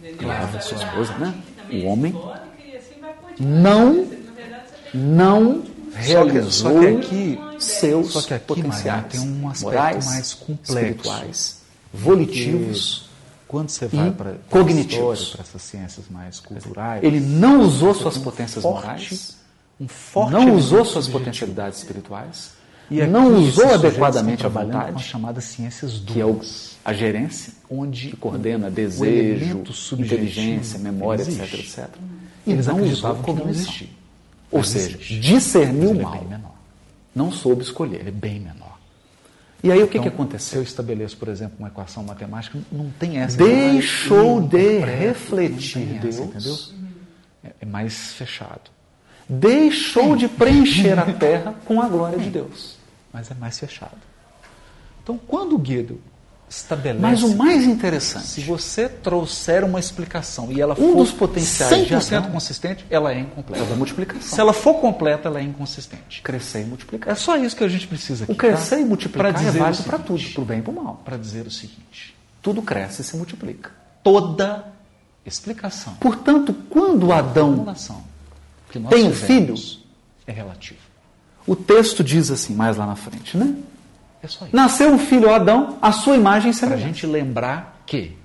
Speaker 5: Entendeu?
Speaker 1: Eva,
Speaker 5: A história
Speaker 1: sua
Speaker 5: da
Speaker 1: esposa,
Speaker 5: arte,
Speaker 1: né?
Speaker 5: que também
Speaker 1: O
Speaker 5: é
Speaker 1: homem,
Speaker 5: simbólica e assim vai por diante.
Speaker 1: não-
Speaker 5: Você, na verdade, você tem
Speaker 1: não
Speaker 2: Só que- só
Speaker 1: realizou
Speaker 2: que aqui-
Speaker 1: seus
Speaker 2: só que aqui,
Speaker 1: potenciais
Speaker 2: Maria, tem um aspecto
Speaker 1: morais,
Speaker 2: mais complexo.
Speaker 1: espirituais, volitivos.
Speaker 2: Quando você vai
Speaker 1: E
Speaker 2: para
Speaker 1: cognitivos.
Speaker 2: para essas ciências mais culturais,
Speaker 1: Ele não usou
Speaker 2: você
Speaker 1: suas
Speaker 2: tem um
Speaker 1: potências
Speaker 2: forte-
Speaker 1: morais,
Speaker 2: um forte
Speaker 1: não usou
Speaker 2: elemento
Speaker 1: suas
Speaker 2: subjetivo.
Speaker 1: potencialidades espirituais,
Speaker 2: E aqui
Speaker 1: não
Speaker 2: esses
Speaker 1: usou
Speaker 2: sujeitos
Speaker 1: adequadamente a
Speaker 2: estão trabalhando com as
Speaker 1: vontade,
Speaker 2: chamadas ciências duras,
Speaker 1: que é o- a gerência,
Speaker 2: onde
Speaker 1: que coordena desejo,
Speaker 2: elemento subjetivo,
Speaker 1: inteligência, memória,
Speaker 2: ele
Speaker 1: etc,
Speaker 2: existe.
Speaker 1: etc. E
Speaker 2: eles
Speaker 1: não usou
Speaker 2: acreditavam que não
Speaker 1: cognição.
Speaker 2: existia.
Speaker 1: Ou
Speaker 2: Mas
Speaker 1: seja,
Speaker 2: existe.
Speaker 1: discerniu
Speaker 2: Mas ele
Speaker 1: o
Speaker 2: é
Speaker 1: mal,
Speaker 2: bem menor.
Speaker 1: não soube
Speaker 2: Ele é
Speaker 1: escolher.
Speaker 2: bem menor.
Speaker 1: E aí o que,
Speaker 2: Então,
Speaker 1: que
Speaker 2: Se eu
Speaker 1: aconteceu?
Speaker 2: estabeleço, por exemplo, uma equação matemática, não tem essa.
Speaker 1: Deixou
Speaker 2: Eu
Speaker 1: de
Speaker 2: interpreto,
Speaker 1: refletir
Speaker 2: não tem essa, entendeu?
Speaker 1: Deus.
Speaker 2: É- É mais fechado.
Speaker 1: Deixou de preencher a terra com a glória de Deus.
Speaker 2: Mas é mais fechado. Então, quando o Guido estabelece.
Speaker 1: Mas o mais
Speaker 2: Se
Speaker 1: interessante,
Speaker 2: você trouxer uma explicação e ela
Speaker 1: Um
Speaker 2: for
Speaker 1: dos potenciais de
Speaker 2: 100%
Speaker 1: Adão-
Speaker 2: consistente, ela é
Speaker 1: é
Speaker 2: incompleta.
Speaker 1: o da
Speaker 2: Se
Speaker 1: multiplicação.
Speaker 2: ela for completa, ela é inconsistente.
Speaker 1: Crescer e multiplicar.
Speaker 2: É só isso que a gente precisa aqui. tá?
Speaker 1: O crescer e multiplicar
Speaker 2: Pra
Speaker 1: é
Speaker 2: dizer
Speaker 1: válido
Speaker 2: o
Speaker 1: para tudo,
Speaker 2: seguinte.
Speaker 1: para o bem e para o mal.
Speaker 2: Para dizer o seguinte:
Speaker 1: Tudo cresce e se multiplica.
Speaker 2: toda explicação,
Speaker 1: Portanto, quando Adão,
Speaker 2: formulação que nós
Speaker 1: Tem
Speaker 2: fizemos
Speaker 1: filhos?
Speaker 2: é relativa.
Speaker 1: o texto diz assim, mais lá na frente, né?
Speaker 2: É só isso.
Speaker 1: Nasceu um filho Adão, a sua imagem
Speaker 2: Para a
Speaker 1: será
Speaker 2: gente lembrar que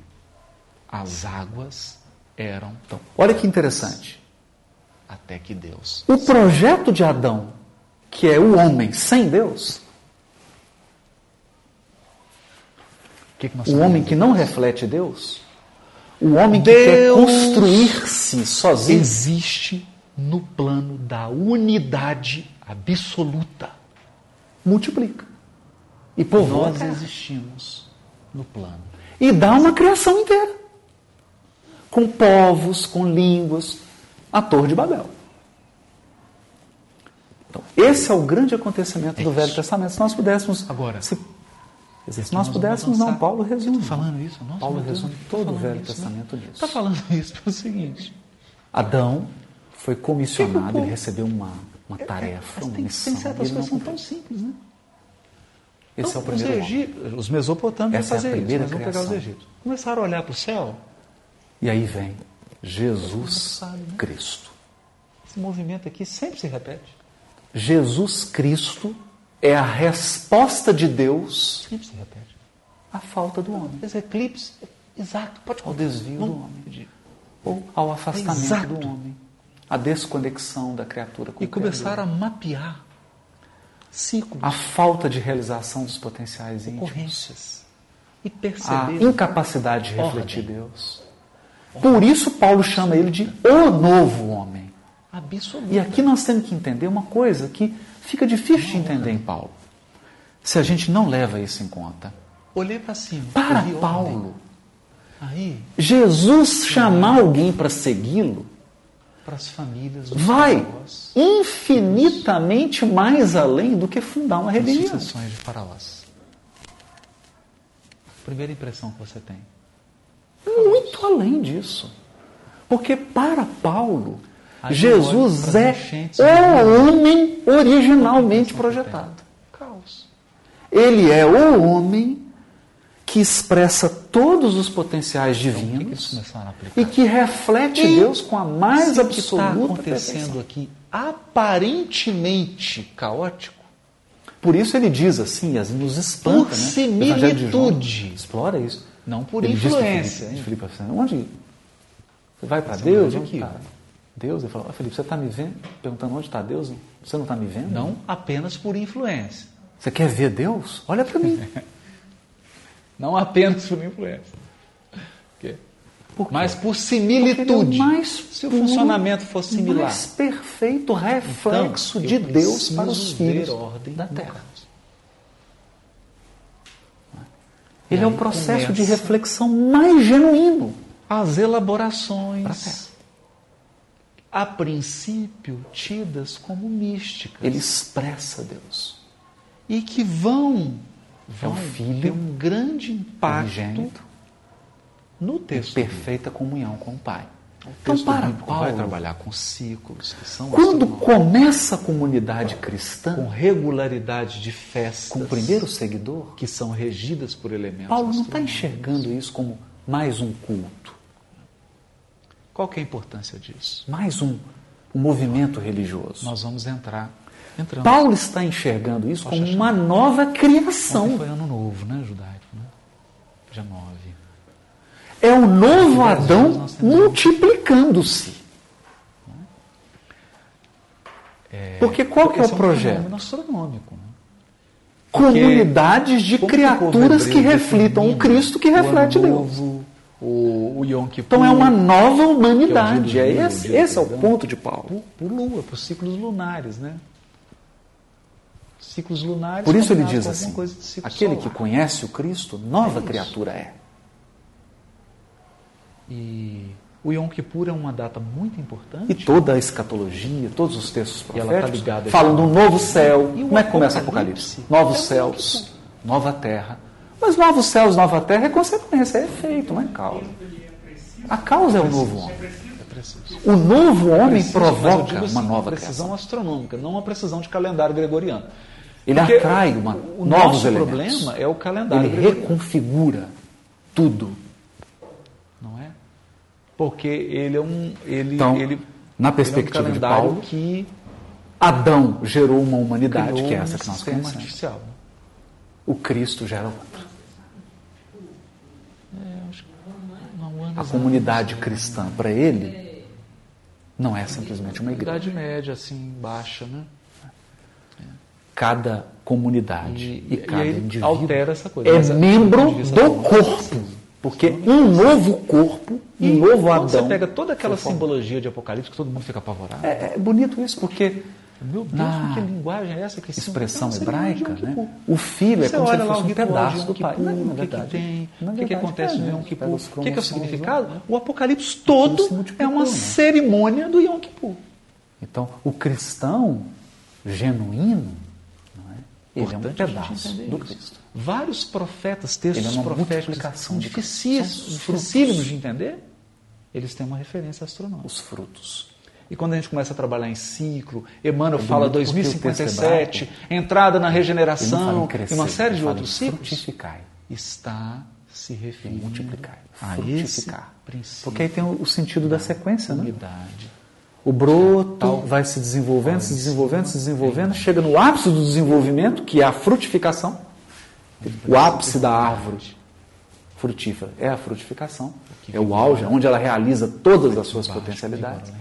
Speaker 2: as águas eram tão.
Speaker 1: Olha que interessante.
Speaker 2: Até que Deus.
Speaker 1: O projeto de Adão, que é o homem sem Deus,
Speaker 2: O que, que nós
Speaker 1: o
Speaker 2: sabemos?
Speaker 1: homem que não reflete Deus, o homem que quer
Speaker 2: Deus
Speaker 1: construir-se sozinho.
Speaker 2: existe no plano da unidade absoluta.
Speaker 1: multiplica. E povoa a
Speaker 2: Nós
Speaker 1: terra.
Speaker 2: existimos no plano.
Speaker 1: E dá uma criação inteira. Com povos, com línguas, a Torre de Babel. Então, esse é o grande acontecimento do
Speaker 2: É Isso.
Speaker 1: Velho Testamento. Se nós pudéssemos.
Speaker 2: Agora, é
Speaker 1: se, quer dizer, se
Speaker 2: nós
Speaker 1: nós pudéssemos,
Speaker 2: vamos avançar.
Speaker 1: não. Paulo resume.
Speaker 2: Tá falando isso? Nossa,
Speaker 1: Paulo
Speaker 2: meu Deus,
Speaker 1: resume
Speaker 2: tá
Speaker 1: todo o
Speaker 2: falando
Speaker 1: Velho
Speaker 2: isso,
Speaker 1: Testamento nisso.
Speaker 2: Está Tá falando isso pelo seguinte.
Speaker 1: Adão foi
Speaker 2: Que que o
Speaker 1: comissionado, ele
Speaker 2: povo- É,
Speaker 1: recebeu uma, uma tarefa,
Speaker 2: Mas
Speaker 1: uma
Speaker 2: tem, tem
Speaker 1: missão.
Speaker 2: certas
Speaker 1: e ele
Speaker 2: coisas que
Speaker 1: não
Speaker 2: são tão simples, né?
Speaker 1: Esse
Speaker 2: Então,
Speaker 1: é o primeiro.
Speaker 2: Os,
Speaker 1: homem.
Speaker 2: Egi- os mesopotâmicos
Speaker 1: Essa é
Speaker 2: vão
Speaker 1: a
Speaker 2: fazer isso.
Speaker 1: primeira
Speaker 2: Eles vão pegar os
Speaker 1: criação.
Speaker 2: egípcios. Começaram a olhar para o céu,
Speaker 1: E aí vem
Speaker 2: né?
Speaker 1: Jesus
Speaker 2: Sabe, né?
Speaker 1: Cristo.
Speaker 2: esse movimento aqui sempre se repete.
Speaker 1: Jesus Cristo é a resposta de Deus
Speaker 2: Sempre se repete.
Speaker 1: à falta do homem,
Speaker 2: Esse eclipse, exato, pode
Speaker 1: ao desvio do
Speaker 2: Não-
Speaker 1: homem, ou ao afastamento
Speaker 2: Exato.
Speaker 1: do homem, à desconexão da criatura com
Speaker 2: E
Speaker 1: o Criador,
Speaker 2: começaram a mapear ciclos,
Speaker 1: à falta de realização dos potenciais íntimos,
Speaker 2: ocorrências e
Speaker 1: à
Speaker 2: perceber
Speaker 1: incapacidade de refletir
Speaker 2: Ordem.
Speaker 1: Deus. Por isso Paulo chama ele de o novo homem.
Speaker 2: Ah. absoluta.
Speaker 1: E aqui nós temos que entender uma coisa que fica difícil de entender em Paulo. Se a gente não leva isso em conta.
Speaker 2: Olhei para cima.
Speaker 1: Para
Speaker 2: vi ordem.
Speaker 1: Paulo,
Speaker 2: Aí,
Speaker 1: Jesus chamar alguém para segui-lo
Speaker 2: para as famílias, os
Speaker 1: vai
Speaker 2: faraós,
Speaker 1: infinitamente mais além do que fundar uma
Speaker 2: as
Speaker 1: religião.
Speaker 2: sucessões de faraós. Primeira impressão que você tem.
Speaker 1: Muito além disso. Porque para Paulo,
Speaker 2: Aí
Speaker 1: Jesus
Speaker 2: olha para
Speaker 1: é
Speaker 2: as enchentes né?
Speaker 1: o homem originalmente projetado.
Speaker 2: Caos.
Speaker 1: Ele é o homem que expressa todos os potenciais
Speaker 2: O Então, que, que eles
Speaker 1: divinos
Speaker 2: começaram a aplicar?
Speaker 1: e que reflete
Speaker 2: E
Speaker 1: Deus com a mais
Speaker 2: Se o que está
Speaker 1: absoluta perfeição.
Speaker 2: acontecendo aqui aparentemente caótico,
Speaker 1: Por isso ele diz assim, assim nos
Speaker 2: Por
Speaker 1: espanta, né?
Speaker 2: similitude.
Speaker 1: O Evangelho de João Explora isso.
Speaker 2: Não por
Speaker 1: ele diz pra
Speaker 2: influência,
Speaker 1: Felipe,
Speaker 2: hein? é
Speaker 1: Felipe, assim, onde você vai para
Speaker 2: Essa
Speaker 1: Deus?
Speaker 2: mulher
Speaker 1: Onde
Speaker 2: aqui,
Speaker 1: tá? Deus? Ele falou, "Ó, Felipe, você está me vendo? Perguntando onde está Deus? Você não está me vendo?
Speaker 2: não apenas por influência.
Speaker 1: Você quer ver Deus? Olha para mim.
Speaker 2: Não apenas por influência. Por quê?
Speaker 1: Por quê?
Speaker 2: Mas por
Speaker 1: Porque ele é o
Speaker 2: similitude.
Speaker 1: mais
Speaker 2: Se o
Speaker 1: puro,
Speaker 2: funcionamento fosse similar.
Speaker 1: mais perfeito reflexo
Speaker 2: Então,
Speaker 1: de
Speaker 2: eu
Speaker 1: Deus para os
Speaker 2: preciso ver
Speaker 1: filhos
Speaker 2: ordem
Speaker 1: da
Speaker 2: no
Speaker 1: Terra.
Speaker 2: caos.
Speaker 1: Ele
Speaker 2: E
Speaker 1: é o
Speaker 2: aí
Speaker 1: processo de
Speaker 2: começa-
Speaker 1: reflexão mais genuíno.
Speaker 2: As
Speaker 1: Pra terra.
Speaker 2: elaborações, a princípio tidas como místicas,
Speaker 1: Ele expressa Deus.
Speaker 2: e que vão,
Speaker 1: É o
Speaker 2: vão
Speaker 1: filho
Speaker 2: ter um grande impacto
Speaker 1: unigênito.
Speaker 2: no
Speaker 1: Em
Speaker 2: texto.
Speaker 1: perfeita comunhão com o Pai.
Speaker 2: Então,
Speaker 1: Então,
Speaker 2: para
Speaker 1: para
Speaker 2: vai
Speaker 1: Paulo,
Speaker 2: trabalhar com ciclos que são
Speaker 1: quando
Speaker 2: astronômicos,
Speaker 1: começa a comunidade
Speaker 2: com
Speaker 1: cristã,
Speaker 2: regularidade de festas,
Speaker 1: com o primeiro seguidor,
Speaker 2: que são regidas por elementos.
Speaker 1: Paulo não tá está
Speaker 2: astronômicos.
Speaker 1: enxergando isso como mais um culto,
Speaker 2: Qual que é a importância disso?
Speaker 1: mais um movimento religioso.
Speaker 2: Nós vamos entrar. Entramos.
Speaker 1: Paulo está enxergando isso como
Speaker 2: Poxa,
Speaker 1: uma nova
Speaker 2: Ontem
Speaker 1: criação.
Speaker 2: foi ano novo, né, judaico, né? Dia 9.
Speaker 1: É o novo
Speaker 2: Graças a Deus,
Speaker 1: Adão
Speaker 2: nós temos- um
Speaker 1: multiplicando-se. Porque qual que é
Speaker 2: Esse
Speaker 1: o
Speaker 2: um
Speaker 1: projeto?
Speaker 2: fenômeno astronômico, né?
Speaker 1: Comunidades de
Speaker 2: Como que o povo
Speaker 1: criaturas que
Speaker 2: hebreu
Speaker 1: reflitam o
Speaker 2: define
Speaker 1: Cristo que
Speaker 2: o
Speaker 1: reflete
Speaker 2: ano
Speaker 1: Deus.
Speaker 2: novo, o, o Yom Kippur.
Speaker 1: Então é uma nova
Speaker 2: que
Speaker 1: humanidade.
Speaker 2: é o
Speaker 1: É
Speaker 2: dia do Júlio,
Speaker 1: esse,
Speaker 2: dia do
Speaker 1: esse é o
Speaker 2: perdão.
Speaker 1: ponto de Paulo.
Speaker 2: por, por lua, por ciclos lunares, né? Ciclos lunares.
Speaker 1: Por isso ele
Speaker 2: combinados
Speaker 1: diz
Speaker 2: com alguma
Speaker 1: assim:
Speaker 2: coisa de ciclo
Speaker 1: aquele que
Speaker 2: solar.
Speaker 1: conhece o Cristo,
Speaker 2: É
Speaker 1: nova
Speaker 2: isso.
Speaker 1: criatura é.
Speaker 2: E o Yom Kippur é uma data muito importante.
Speaker 1: E toda a escatologia, todos os textos
Speaker 2: E ela tá
Speaker 1: proféticos
Speaker 2: ligada
Speaker 1: falam
Speaker 2: aqui.
Speaker 1: do novo céu.
Speaker 2: E o
Speaker 1: Como é que começa o
Speaker 2: Apocalipse?
Speaker 1: Apocalipse? Novos
Speaker 2: É o é?
Speaker 1: céus, nova terra. Mas novos céus, nova terra é consequência, é efeito, não é causa. A causa é o novo homem.
Speaker 2: É preciso.
Speaker 1: O novo homem
Speaker 2: Preciso, mas eu
Speaker 1: provoca
Speaker 2: digo assim,
Speaker 1: uma nova
Speaker 2: precisão
Speaker 1: criação.
Speaker 2: astronômica, não uma precisão de calendário gregoriano.
Speaker 1: Ele
Speaker 2: Porque
Speaker 1: atrai uma,
Speaker 2: o
Speaker 1: novos
Speaker 2: nosso
Speaker 1: elementos.
Speaker 2: problema é o calendário
Speaker 1: Ele
Speaker 2: gregoriano,
Speaker 1: reconfigura tudo.
Speaker 2: não é? Porque ele é um ele
Speaker 1: Então,
Speaker 2: ele
Speaker 1: na
Speaker 2: ele é um
Speaker 1: perspectiva de
Speaker 2: calendário
Speaker 1: Paulo,
Speaker 2: que
Speaker 1: Adão gerou uma humanidade,
Speaker 2: criou
Speaker 1: que é
Speaker 2: uma
Speaker 1: essa que nós
Speaker 2: sistema
Speaker 1: conhecemos.
Speaker 2: artificial. né?
Speaker 1: O Cristo gera outra.
Speaker 2: É, acho que não, o ano
Speaker 1: a comunidade cristã para ele não é simplesmente uma igreja.
Speaker 2: Idade média, assim, baixa, né?
Speaker 1: Cada comunidade e, cada
Speaker 2: aí
Speaker 1: indivíduo
Speaker 2: altera essa coisa.
Speaker 1: é
Speaker 2: Mas a- assim,
Speaker 1: membro
Speaker 2: de vista
Speaker 1: do
Speaker 2: do-
Speaker 1: corpo. Porque um novo corpo, um novo
Speaker 2: Quando
Speaker 1: Adão.
Speaker 2: você pega toda aquela simbologia de Apocalipse, que todo mundo fica apavorado.
Speaker 1: É, é bonito isso, porque
Speaker 2: Meu Deus,
Speaker 1: Na
Speaker 2: que linguagem é essa? Que
Speaker 1: expressão
Speaker 2: Então, seria
Speaker 1: hebraica,
Speaker 2: um Yom
Speaker 1: né?
Speaker 2: Kippur.
Speaker 1: o filho é
Speaker 2: Você
Speaker 1: como se
Speaker 2: olha
Speaker 1: ele
Speaker 2: lá o
Speaker 1: fosse um
Speaker 2: ritual de
Speaker 1: pedaço
Speaker 2: Yom
Speaker 1: do pai.
Speaker 2: Kippur,
Speaker 1: Não, na
Speaker 2: tipo, "Hum, o que, que
Speaker 1: verdade,
Speaker 2: tem,
Speaker 1: na
Speaker 2: o que, que
Speaker 1: verdade,
Speaker 2: acontece
Speaker 1: é,
Speaker 2: no
Speaker 1: né?
Speaker 2: Yom
Speaker 1: Pega
Speaker 2: Kippur,
Speaker 1: os
Speaker 2: o que, que é o
Speaker 1: cromossomos
Speaker 2: significado?
Speaker 1: lá, né?
Speaker 2: O Apocalipse
Speaker 1: Tudo
Speaker 2: todo
Speaker 1: se multiplicou,
Speaker 2: é uma
Speaker 1: né?
Speaker 2: cerimônia do Yom Kippur.
Speaker 1: Então, o cristão genuíno, não é? ele é um
Speaker 2: Importante a gente
Speaker 1: pedaço
Speaker 2: entender
Speaker 1: do
Speaker 2: isso.
Speaker 1: Cristo.
Speaker 2: Vários profetas, textos
Speaker 1: Ele é uma
Speaker 2: proféticos,
Speaker 1: multiplicação de
Speaker 2: dificílimos
Speaker 1: frutos.
Speaker 2: dificílimos de entender, eles têm uma referência astronômica.
Speaker 1: Os frutos.
Speaker 2: E quando a gente começa a trabalhar em ciclo, Emmanuel
Speaker 1: É
Speaker 2: fala
Speaker 1: bonito porque o texto
Speaker 2: 2057, entrada na
Speaker 1: Ele não fala
Speaker 2: regeneração,
Speaker 1: em crescer,
Speaker 2: e uma série
Speaker 1: ele
Speaker 2: de
Speaker 1: fala
Speaker 2: outros
Speaker 1: em
Speaker 2: ciclos.
Speaker 1: Frutificai,
Speaker 2: está se referindo
Speaker 1: multiplicar,
Speaker 2: a
Speaker 1: frutificar.
Speaker 2: esse princípio.
Speaker 1: Porque aí tem o, o sentido da sequência, né?
Speaker 2: unidade.
Speaker 1: O broto vai se desenvolvendo, se desenvolvendo, se desenvolvendo, chega no ápice do desenvolvimento, que é a frutificação. O ápice da árvore frutífera é a frutificação, é o auge, é onde ela realiza todas as suas potencialidades.
Speaker 2: né,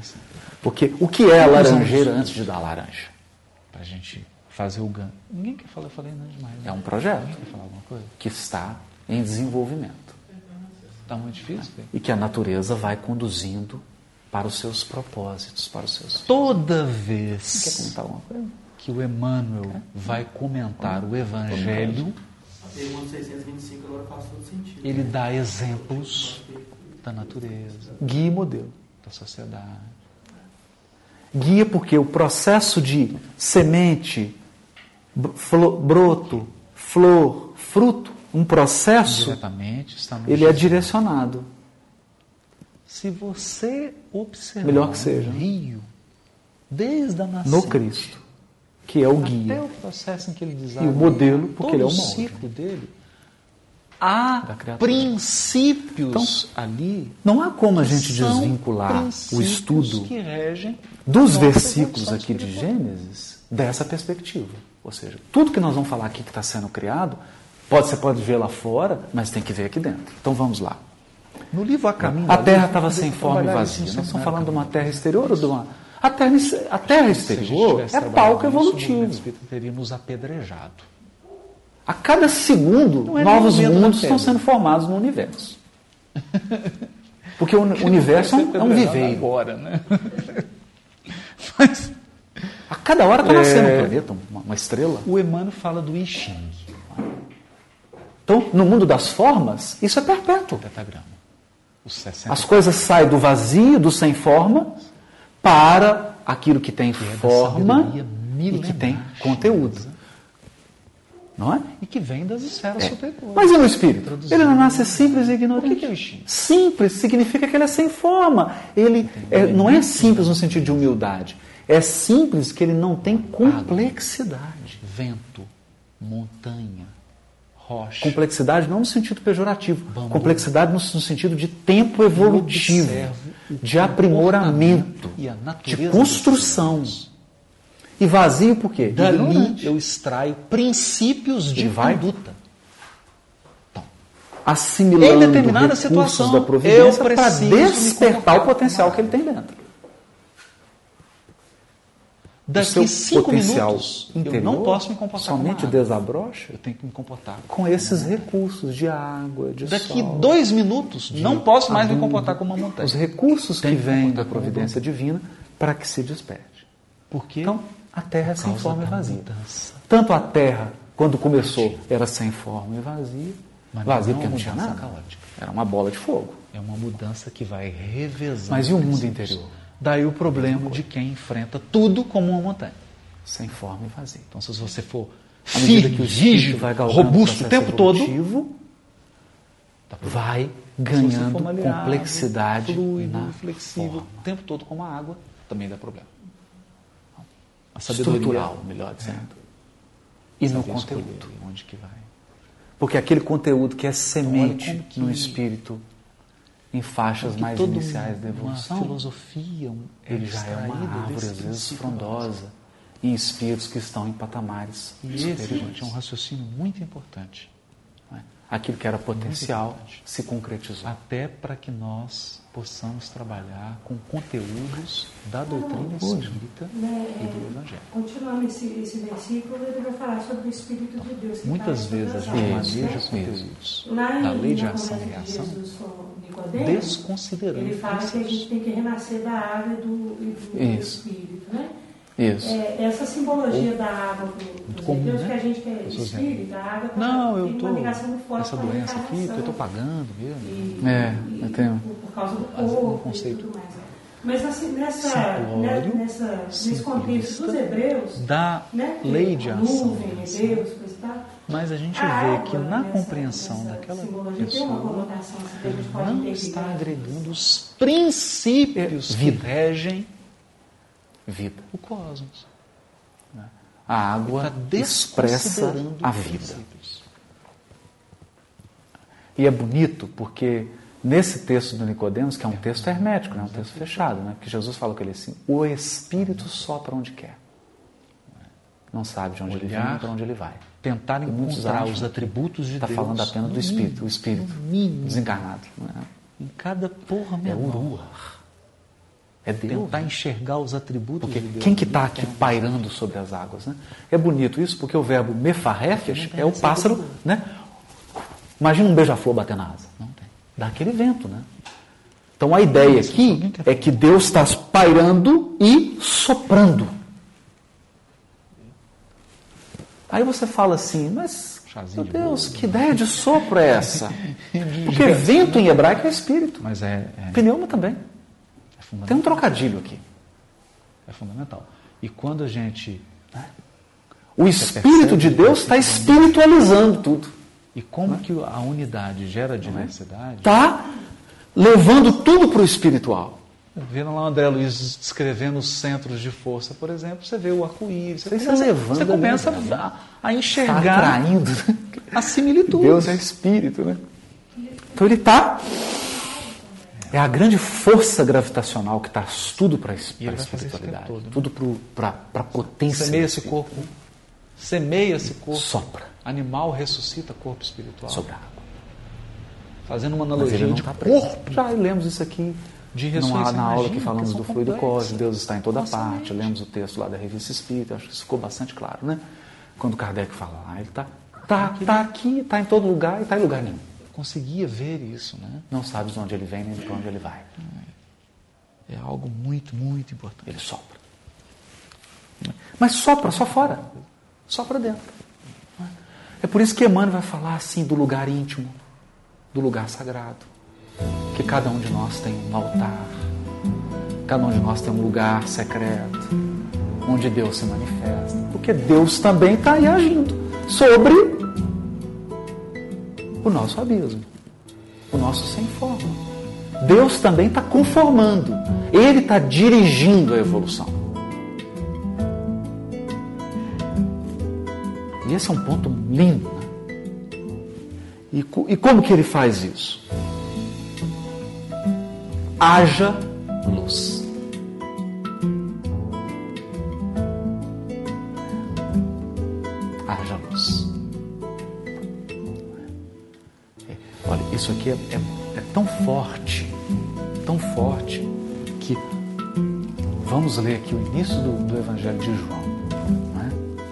Speaker 1: Porque o que é a laranjeira antes de dar laranja?
Speaker 2: Para a gente fazer o ganho. Ninguém quer falar, eu falei não demais. Né?
Speaker 1: É um projeto
Speaker 2: Alguém quer falar alguma coisa?
Speaker 1: que está em desenvolvimento
Speaker 2: Está Tá
Speaker 1: É.
Speaker 2: muito difícil? Fê?
Speaker 1: e que a natureza vai conduzindo para os seus propósitos, para os seus. Então,
Speaker 2: Toda
Speaker 1: Quer
Speaker 2: vez
Speaker 1: comentar alguma coisa?
Speaker 2: que o Emmanuel vai comentar o Evangelho,
Speaker 6: A pergunta 625 agora faz todo sentido.
Speaker 2: ele dá exemplos da natureza,
Speaker 1: Guia e modelo.
Speaker 2: da sociedade.
Speaker 1: Guia porque o processo de semente, br- flo- broto, flor, fruto, um processo,
Speaker 2: Diretamente está no
Speaker 1: ele é
Speaker 2: Jesus.
Speaker 1: direcionado.
Speaker 2: Se você observar
Speaker 1: Melhor que seja.
Speaker 2: o rio, desde a nascente
Speaker 1: No Cristo, que é o
Speaker 2: até
Speaker 1: guia.
Speaker 2: o processo em que ele desarma,
Speaker 1: E o modelo, porque
Speaker 2: todo
Speaker 1: ele é o
Speaker 2: o
Speaker 1: molde.
Speaker 2: ciclo dele, há
Speaker 1: criatura. Então,
Speaker 2: princípios ali
Speaker 1: Não há como a gente
Speaker 2: que são
Speaker 1: desvincular o
Speaker 2: princípios
Speaker 1: estudo
Speaker 2: que regem
Speaker 1: dos
Speaker 2: nossa
Speaker 1: versículos
Speaker 2: evolução
Speaker 1: aqui de
Speaker 2: espiritual.
Speaker 1: Gênesis dessa perspectiva. Ou seja, tudo que nós vamos falar aqui que está sendo criado, pode, você pode ver lá fora, mas tem que ver aqui dentro. Então vamos lá.
Speaker 2: No livro A Caminho
Speaker 1: A
Speaker 2: da
Speaker 1: terra
Speaker 2: Luz,
Speaker 1: estava
Speaker 2: deixa eu
Speaker 1: sem forma e
Speaker 2: trabalhar
Speaker 1: vazia.
Speaker 2: isso,
Speaker 1: Nós
Speaker 2: sem
Speaker 1: estamos
Speaker 2: nada,
Speaker 1: falando de uma
Speaker 2: cara.
Speaker 1: terra exterior ou de uma. A terra, ex- a terra
Speaker 2: Se a gente
Speaker 1: exterior
Speaker 2: tivesse
Speaker 1: é
Speaker 2: trabalhado é
Speaker 1: palco
Speaker 2: isso, o movimento
Speaker 1: evolutivo.
Speaker 2: espírita teria nos apedrejado.
Speaker 1: A cada segundo,
Speaker 2: Não é nem
Speaker 1: novos
Speaker 2: o medo da
Speaker 1: mundos estão
Speaker 2: pedra.
Speaker 1: sendo formados no universo. Porque o uni- universo é um, é um viveiro.
Speaker 2: Agora, né? Mas
Speaker 1: A cada hora
Speaker 2: É.
Speaker 1: está nascendo um planeta, uma, uma estrela.
Speaker 2: o Emmanuel fala do I Ching,
Speaker 1: Então, no mundo das formas, isso é perpétuo.
Speaker 2: o tetagrama. Os 60
Speaker 1: As coisas saem do vazio, do sem forma, para aquilo que tem
Speaker 2: é um da
Speaker 1: forma
Speaker 2: sabedoria
Speaker 1: e que tem
Speaker 2: milenar
Speaker 1: conteúdo.
Speaker 2: chinesa.
Speaker 1: Não é?
Speaker 2: e que vem das esferas
Speaker 1: É.
Speaker 2: superiores.
Speaker 1: Mas e no espírito?
Speaker 2: Introduzido.
Speaker 1: Ele não nasce simples e ignorante.
Speaker 2: O que que é o Ishin?
Speaker 1: Simples significa que ele é sem forma. Ele é- não é simples no sentido de humildade. É simples que ele não tem complexidade.
Speaker 2: Vento, montanha, rocha.
Speaker 1: Complexidade não no sentido pejorativo.
Speaker 2: Bambu.
Speaker 1: Complexidade no, no sentido de tempo
Speaker 2: Eu
Speaker 1: evolutivo,
Speaker 2: observo o
Speaker 1: de aprimoramento,
Speaker 2: comportamento e a natureza
Speaker 1: Tipo, de construção. E vazio por quê?
Speaker 2: Dali
Speaker 1: Ignorante. Então,
Speaker 2: eu extraio princípios de
Speaker 1: E vai
Speaker 2: conduta.
Speaker 1: assimilando
Speaker 2: Em determinada
Speaker 1: recursos
Speaker 2: situação,
Speaker 1: da providência
Speaker 2: eu
Speaker 1: para
Speaker 2: preciso me
Speaker 1: despertar
Speaker 2: comportar
Speaker 1: o potencial
Speaker 2: como
Speaker 1: que ele tem dentro.
Speaker 2: Daqui
Speaker 1: seu
Speaker 2: cinco
Speaker 1: potencial
Speaker 2: minutos, eu
Speaker 1: interior
Speaker 2: não posso me comportar como
Speaker 1: somente
Speaker 2: uma árvore.
Speaker 1: desabrocha
Speaker 2: Eu tenho que me comportar.
Speaker 1: com esses recursos de água, de
Speaker 2: Daqui
Speaker 1: sol,
Speaker 2: dois minutos, não posso mais me comportar como uma
Speaker 1: os
Speaker 2: montanha.
Speaker 1: recursos que
Speaker 2: Tem que
Speaker 1: vêm
Speaker 2: comportar
Speaker 1: da
Speaker 2: como
Speaker 1: providência divina para que se desperte.
Speaker 2: Por quê?
Speaker 1: Então, a terra é
Speaker 2: Por
Speaker 1: sem
Speaker 2: causa
Speaker 1: forma e
Speaker 2: da
Speaker 1: vazia.
Speaker 2: mudança.
Speaker 1: Tanto a terra, quando começou, era sem forma e vazia.
Speaker 2: Mas
Speaker 1: vazia
Speaker 2: não é
Speaker 1: porque
Speaker 2: uma
Speaker 1: não tinha
Speaker 2: mudança
Speaker 1: nada.
Speaker 2: caótica.
Speaker 1: Era uma bola de fogo.
Speaker 2: É uma mudança que vai revezando.
Speaker 1: Mas e o mundo
Speaker 2: princípios.
Speaker 1: interior?
Speaker 2: Daí o problema de quem enfrenta tudo como uma montanha.
Speaker 1: Sem forma e vazia.
Speaker 2: Então, se você for
Speaker 1: À medida
Speaker 2: firme,
Speaker 1: que o
Speaker 2: rígido,
Speaker 1: espírito vai galgando
Speaker 2: robusto o tempo
Speaker 1: processo
Speaker 2: todo,
Speaker 1: evolutivo, vai
Speaker 2: Se você
Speaker 1: ganhando
Speaker 2: for maleável,
Speaker 1: complexidade
Speaker 2: fluido,
Speaker 1: na
Speaker 2: flexível,
Speaker 1: forma.
Speaker 2: o tempo todo como a água, também dá problema. A sabedoria
Speaker 1: estrutural, melhor dizendo. é. E no
Speaker 2: saber
Speaker 1: conteúdo.
Speaker 2: escolher onde que vai.
Speaker 1: Porque aquele conteúdo que é
Speaker 2: olha
Speaker 1: semente
Speaker 2: como que-
Speaker 1: no espírito, em faixas
Speaker 2: Que
Speaker 1: mais
Speaker 2: toda
Speaker 1: iniciais da
Speaker 2: uma
Speaker 1: evolução,
Speaker 2: filosofia um- é
Speaker 1: ele já é
Speaker 2: extraída
Speaker 1: uma árvore,
Speaker 2: desse né?
Speaker 1: às vezes
Speaker 2: princípio
Speaker 1: frondosa, em espíritos que estão em patamares
Speaker 2: E esse é
Speaker 1: superiores.
Speaker 2: gente, é um raciocínio muito importante.
Speaker 1: Não é? Aquilo que era potencial
Speaker 2: importante.
Speaker 1: se concretizou.
Speaker 2: até para que nós possamos trabalhar com conteúdos da doutrina espírita e do evangelho.
Speaker 4: É, Continuando esse, esse versículo, ele vai falar sobre o Espírito de Deus. que
Speaker 2: Muitas
Speaker 4: está em
Speaker 2: vezes a
Speaker 4: todas
Speaker 2: gente
Speaker 4: as
Speaker 1: Isso,
Speaker 2: maneja
Speaker 4: almas, né?
Speaker 2: conteúdos
Speaker 4: Lá em-
Speaker 2: da lei
Speaker 4: na
Speaker 2: de ação e
Speaker 4: conversa de
Speaker 2: reação
Speaker 4: Jesus com Nicodemos,
Speaker 2: desconsiderando
Speaker 4: ele fala que a gente
Speaker 2: princípios.
Speaker 4: tem que renascer da água e do, e do
Speaker 1: Isso.
Speaker 4: Espírito, né?
Speaker 1: Isso.
Speaker 4: É, essa simbologia da água dos
Speaker 2: comum,
Speaker 4: judeus,
Speaker 2: né?
Speaker 4: que a gente que é
Speaker 2: Pessoas
Speaker 4: espírita, a água tá-
Speaker 2: Não,
Speaker 4: tem
Speaker 2: eu
Speaker 4: uma ligação muito
Speaker 2: tô
Speaker 4: forte
Speaker 2: essa
Speaker 4: com a
Speaker 2: doença aqui, eu tô
Speaker 4: reencarnação.
Speaker 2: pagando mesmo.
Speaker 4: E-
Speaker 1: É,
Speaker 4: e-
Speaker 1: eu tenho-
Speaker 4: Por, por causa do
Speaker 2: Mas é um
Speaker 4: corpo
Speaker 2: conceito
Speaker 4: e tudo mais. Mas assim, nessa,
Speaker 2: simplório,
Speaker 4: né, nessa, nesse
Speaker 2: simplista,
Speaker 4: contexto dos hebreus,
Speaker 2: Da
Speaker 4: né, que
Speaker 2: tá? lei de
Speaker 4: a
Speaker 2: ação.
Speaker 4: nuvem,
Speaker 2: e reação.
Speaker 4: hebreus, coisa e tal,
Speaker 2: Mas a gente
Speaker 4: a
Speaker 2: vê
Speaker 4: água,
Speaker 2: que na
Speaker 4: nessa-
Speaker 2: compreensão
Speaker 4: nessa
Speaker 2: daquela
Speaker 4: simbologia tem uma
Speaker 2: pessoa,
Speaker 4: conotação assim, que a
Speaker 2: ele
Speaker 4: gente pode
Speaker 2: não
Speaker 4: entender. né?
Speaker 2: está agregando os princípios que regem
Speaker 1: Vida.
Speaker 2: o cosmos.
Speaker 1: A água
Speaker 2: Está
Speaker 1: expressa
Speaker 2: tá desconsiderando
Speaker 1: a
Speaker 2: os
Speaker 1: vida.
Speaker 2: princípios.
Speaker 1: E é bonito porque nesse texto do Nicodemos, que é um texto hermético, né? um texto fechado, né? que Jesus fala com ele assim, o Espírito sopra onde quer. Não sabe de onde ele vem,
Speaker 2: Olhar.
Speaker 1: nem para onde ele vai.
Speaker 2: Tentar
Speaker 1: E muitos
Speaker 2: encontrar
Speaker 1: acham
Speaker 2: os atributos de
Speaker 1: Está
Speaker 2: Deus.
Speaker 1: falando apenas
Speaker 2: no
Speaker 1: do Espírito, o
Speaker 2: mínimo,
Speaker 1: Espírito
Speaker 2: no mínimo,
Speaker 1: desencarnado. né?
Speaker 2: em cada porra
Speaker 1: É
Speaker 2: menor.
Speaker 1: o É Deus.
Speaker 2: Tentar enxergar os atributos
Speaker 1: Porque
Speaker 2: de Deus.
Speaker 1: quem que está aqui pairando sobre as águas? Né? É bonito isso, porque o verbo mefarrefes é o pássaro, né? Imagina um beija-flor batendo na asa. Não tem. Dá aquele vento, né? Então a ideia aqui é que Deus está pairando e soprando. Aí você fala assim, mas meu
Speaker 2: Chazinho de né?"
Speaker 1: Deus, que ideia de sopro é essa? Porque vento em hebraico é espírito.
Speaker 2: Mas é, é,
Speaker 1: Pneuma também.
Speaker 2: é
Speaker 1: Tem um
Speaker 2: fundamental.
Speaker 1: trocadilho aqui.
Speaker 2: É fundamental. E quando a gente. né,
Speaker 1: O Espírito de Deus
Speaker 2: tá
Speaker 1: está espiritualizando tudo.
Speaker 2: E
Speaker 1: é?
Speaker 2: como que a unidade gera diversidade?
Speaker 1: Está Tá levando tudo para o espiritual.
Speaker 2: Vendo lá o André Luiz descrevendo os centros de força, por exemplo, você vê o arco-íris. Você,
Speaker 1: Você
Speaker 2: começa-
Speaker 1: levando
Speaker 2: você começa
Speaker 1: ali, né?
Speaker 2: a, a
Speaker 1: Está
Speaker 2: enxergar
Speaker 1: atraindo.
Speaker 2: a similitude.
Speaker 1: Deus é espírito, né? Então ele está. É a grande força gravitacional que está tudo para a
Speaker 2: E ele vai fazer isso o
Speaker 1: espiritualidade.
Speaker 2: tempo todo, né?
Speaker 1: Tudo para a potência.
Speaker 2: Semeia
Speaker 1: do
Speaker 2: esse
Speaker 1: espírito.
Speaker 2: corpo. Semeia esse corpo.
Speaker 1: Sopra
Speaker 2: Animal ressuscita corpo espiritual.
Speaker 1: sobre a água.
Speaker 2: Fazendo uma
Speaker 1: Mas
Speaker 2: analogia
Speaker 1: ele não
Speaker 2: de um
Speaker 1: está
Speaker 2: corpo.
Speaker 1: preso. Já lemos isso aqui
Speaker 2: De
Speaker 1: Não
Speaker 2: ressurreição,
Speaker 1: há na aula
Speaker 2: imagina,
Speaker 1: que falamos
Speaker 2: são
Speaker 1: do fluido
Speaker 2: complexas.
Speaker 1: cósmico, Deus está em toda
Speaker 2: Nossa
Speaker 1: parte.
Speaker 2: mente.
Speaker 1: Lemos o texto lá da Revista Espírita, acho que isso ficou bastante claro, né? Quando Kardec fala lá, ele está tá,
Speaker 2: né?
Speaker 1: tá aqui, está em todo lugar e está em lugar nenhum.
Speaker 2: Conseguia ver isso, né?
Speaker 1: Não sabe de onde ele vem nem de onde ele vai.
Speaker 2: É algo muito, muito importante.
Speaker 1: Ele sopra. Mas sopra só fora, só para dentro. É por isso que Emmanuel vai falar assim do lugar íntimo, do lugar sagrado. Que cada um de nós tem um altar, cada um de nós tem um lugar secreto, onde Deus se manifesta. Porque Deus também está aí agindo sobre o nosso abismo, o nosso sem forma. Deus também está conformando, Ele está dirigindo a evolução. E esse é um ponto lindo. né? E, co- e como que ele faz isso? Haja luz. Haja luz. É, Olha, isso aqui é, é- é tão forte, tão forte, que vamos ler aqui o início do, do Evangelho de João. não é?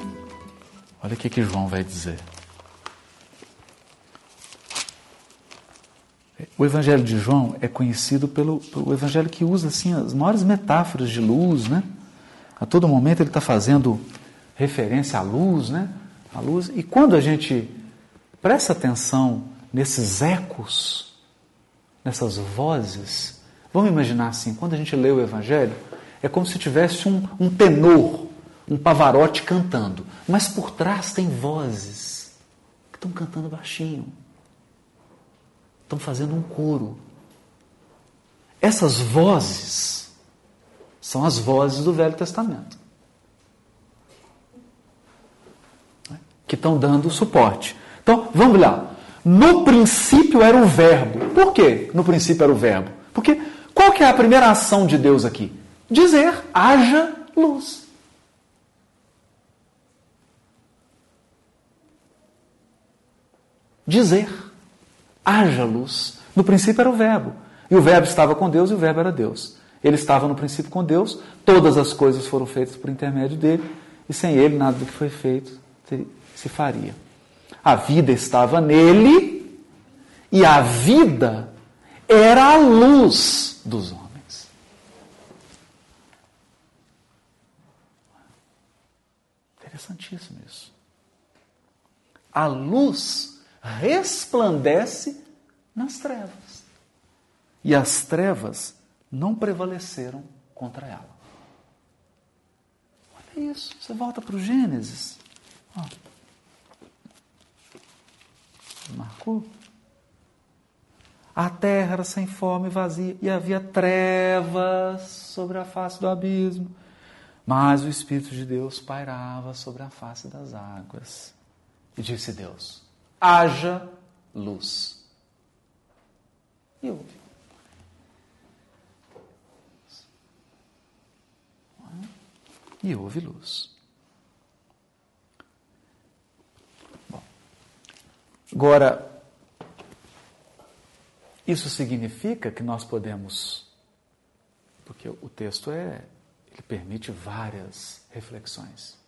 Speaker 1: Olha o que, que João vai dizer. O Evangelho de João é conhecido pelo, pelo Evangelho que usa assim as maiores metáforas de luz, né? A todo momento ele está fazendo referência à luz, né? À luz. E quando a gente presta atenção nesses ecos, nessas vozes, vamos imaginar assim: quando a gente lê o Evangelho, é como se tivesse um, um tenor, um pavarote cantando, mas por trás tem vozes que estão cantando baixinho estão fazendo um coro. Essas vozes são as vozes do Velho Testamento né, que estão dando suporte. Então, vamos lá. No princípio era o verbo. Por quê? No princípio era o verbo. Porque qual que é a primeira ação de Deus aqui? Dizer: haja luz. Dizer.
Speaker 2: haja luz. No princípio era o Verbo. E o Verbo estava com Deus e o Verbo era Deus. Ele estava no princípio com Deus, todas as coisas foram feitas por intermédio dele, e sem ele nada do que foi feito ter- se faria. A vida estava nele, e a vida era a luz dos homens. Interessantíssimo isso. A luz resplandece nas trevas e as trevas não prevaleceram contra ela. Olha isso, você volta para o Gênesis. Ó. Marcou? A terra era sem forma e vazia, e havia trevas sobre a face do abismo. Mas o Espírito de Deus pairava sobre a face das águas. E disse Deus: haja luz. E houve. e houve luz. Bom, agora, isso significa que nós podemos, porque o texto é, ele permite várias reflexões.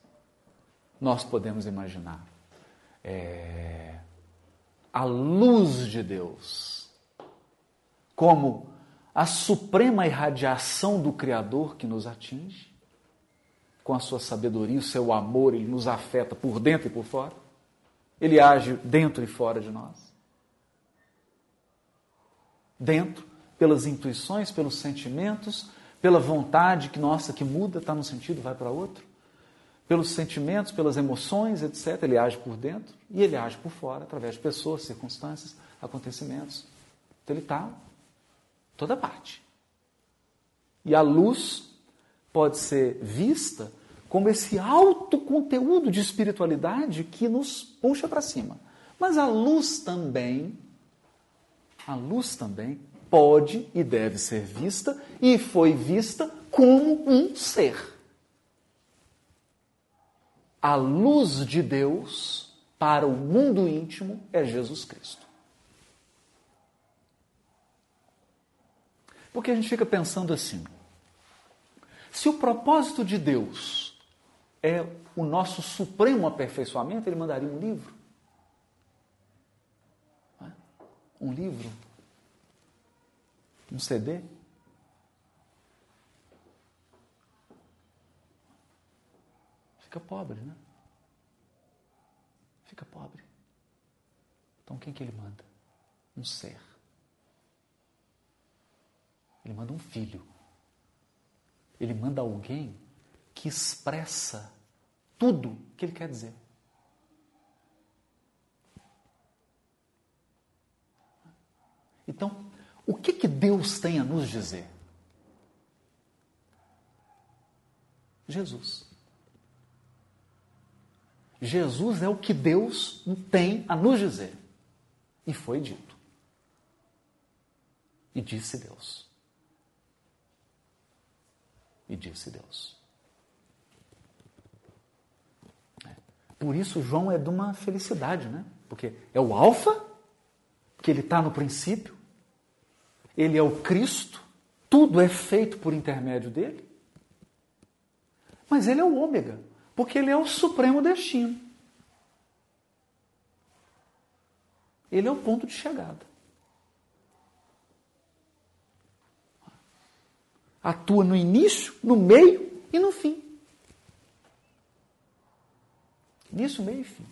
Speaker 2: Nós podemos imaginar eh, a luz de Deus como a suprema irradiação do Criador que nos atinge, com a sua sabedoria, o seu amor, ele nos afeta por dentro e por fora. Ele age dentro e fora de nós. Dentro, pelas intuições, pelos sentimentos, pela vontade que nossa que muda, está num sentido, vai para outro. Pelos sentimentos, pelas emoções, etc. Ele age por dentro e ele age por fora, através de pessoas, circunstâncias, acontecimentos. Então ele está toda parte. E a luz pode ser vista como esse alto conteúdo de espiritualidade que nos puxa para cima. Mas a luz também, a luz também pode e deve ser vista e foi vista como um ser. A luz de Deus para o mundo íntimo é Jesus Cristo. Porque a gente fica pensando assim: se o propósito de Deus é o nosso supremo aperfeiçoamento, ele mandaria um livro. Não é? Um livro? Um CD? Fica pobre, né? Fica pobre. Então quem que ele manda? Um ser. Ele manda um filho. Ele manda alguém que expressa tudo que ele quer dizer. Então, o que que Deus tem a nos dizer? Jesus. Jesus é o que Deus tem a nos dizer. E foi dito. E disse Deus. E disse Deus. É. Por isso, João é de uma felicidade, né? Porque é o Alfa, que ele está no princípio, ele é o Cristo, tudo é feito por intermédio dele, mas ele é o Ômega, porque ele é o supremo destino. Ele é o ponto de chegada. atua no início, no meio e no fim. Início, meio e fim.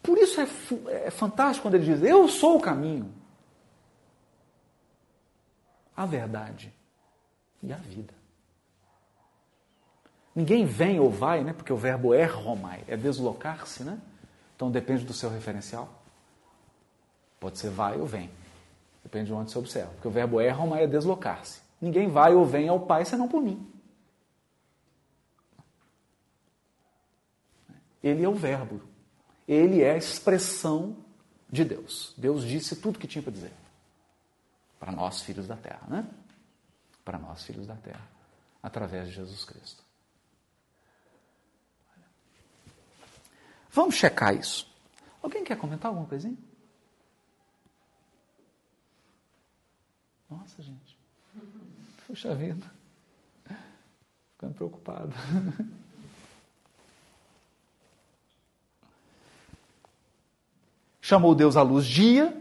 Speaker 2: Por isso é, fu- é fantástico quando ele diz: Eu sou o caminho, a verdade e a vida. Ninguém vem ou vai, né? Porque o verbo é romai, é deslocar-se, né? Então depende do seu referencial. Pode ser vai ou vem. Depende de onde você observa. Porque o verbo é romai é deslocar-se. Ninguém vai ou vem ao Pai senão por mim. Ele é o verbo. Ele é a expressão de Deus. Deus disse tudo que tinha para dizer. Para nós, filhos da terra, né? Para nós, filhos da terra. Através de Jesus Cristo. Vamos checar isso. Alguém quer comentar alguma coisinha? Puxa vida. Ficando preocupado. Chamou Deus à luz dia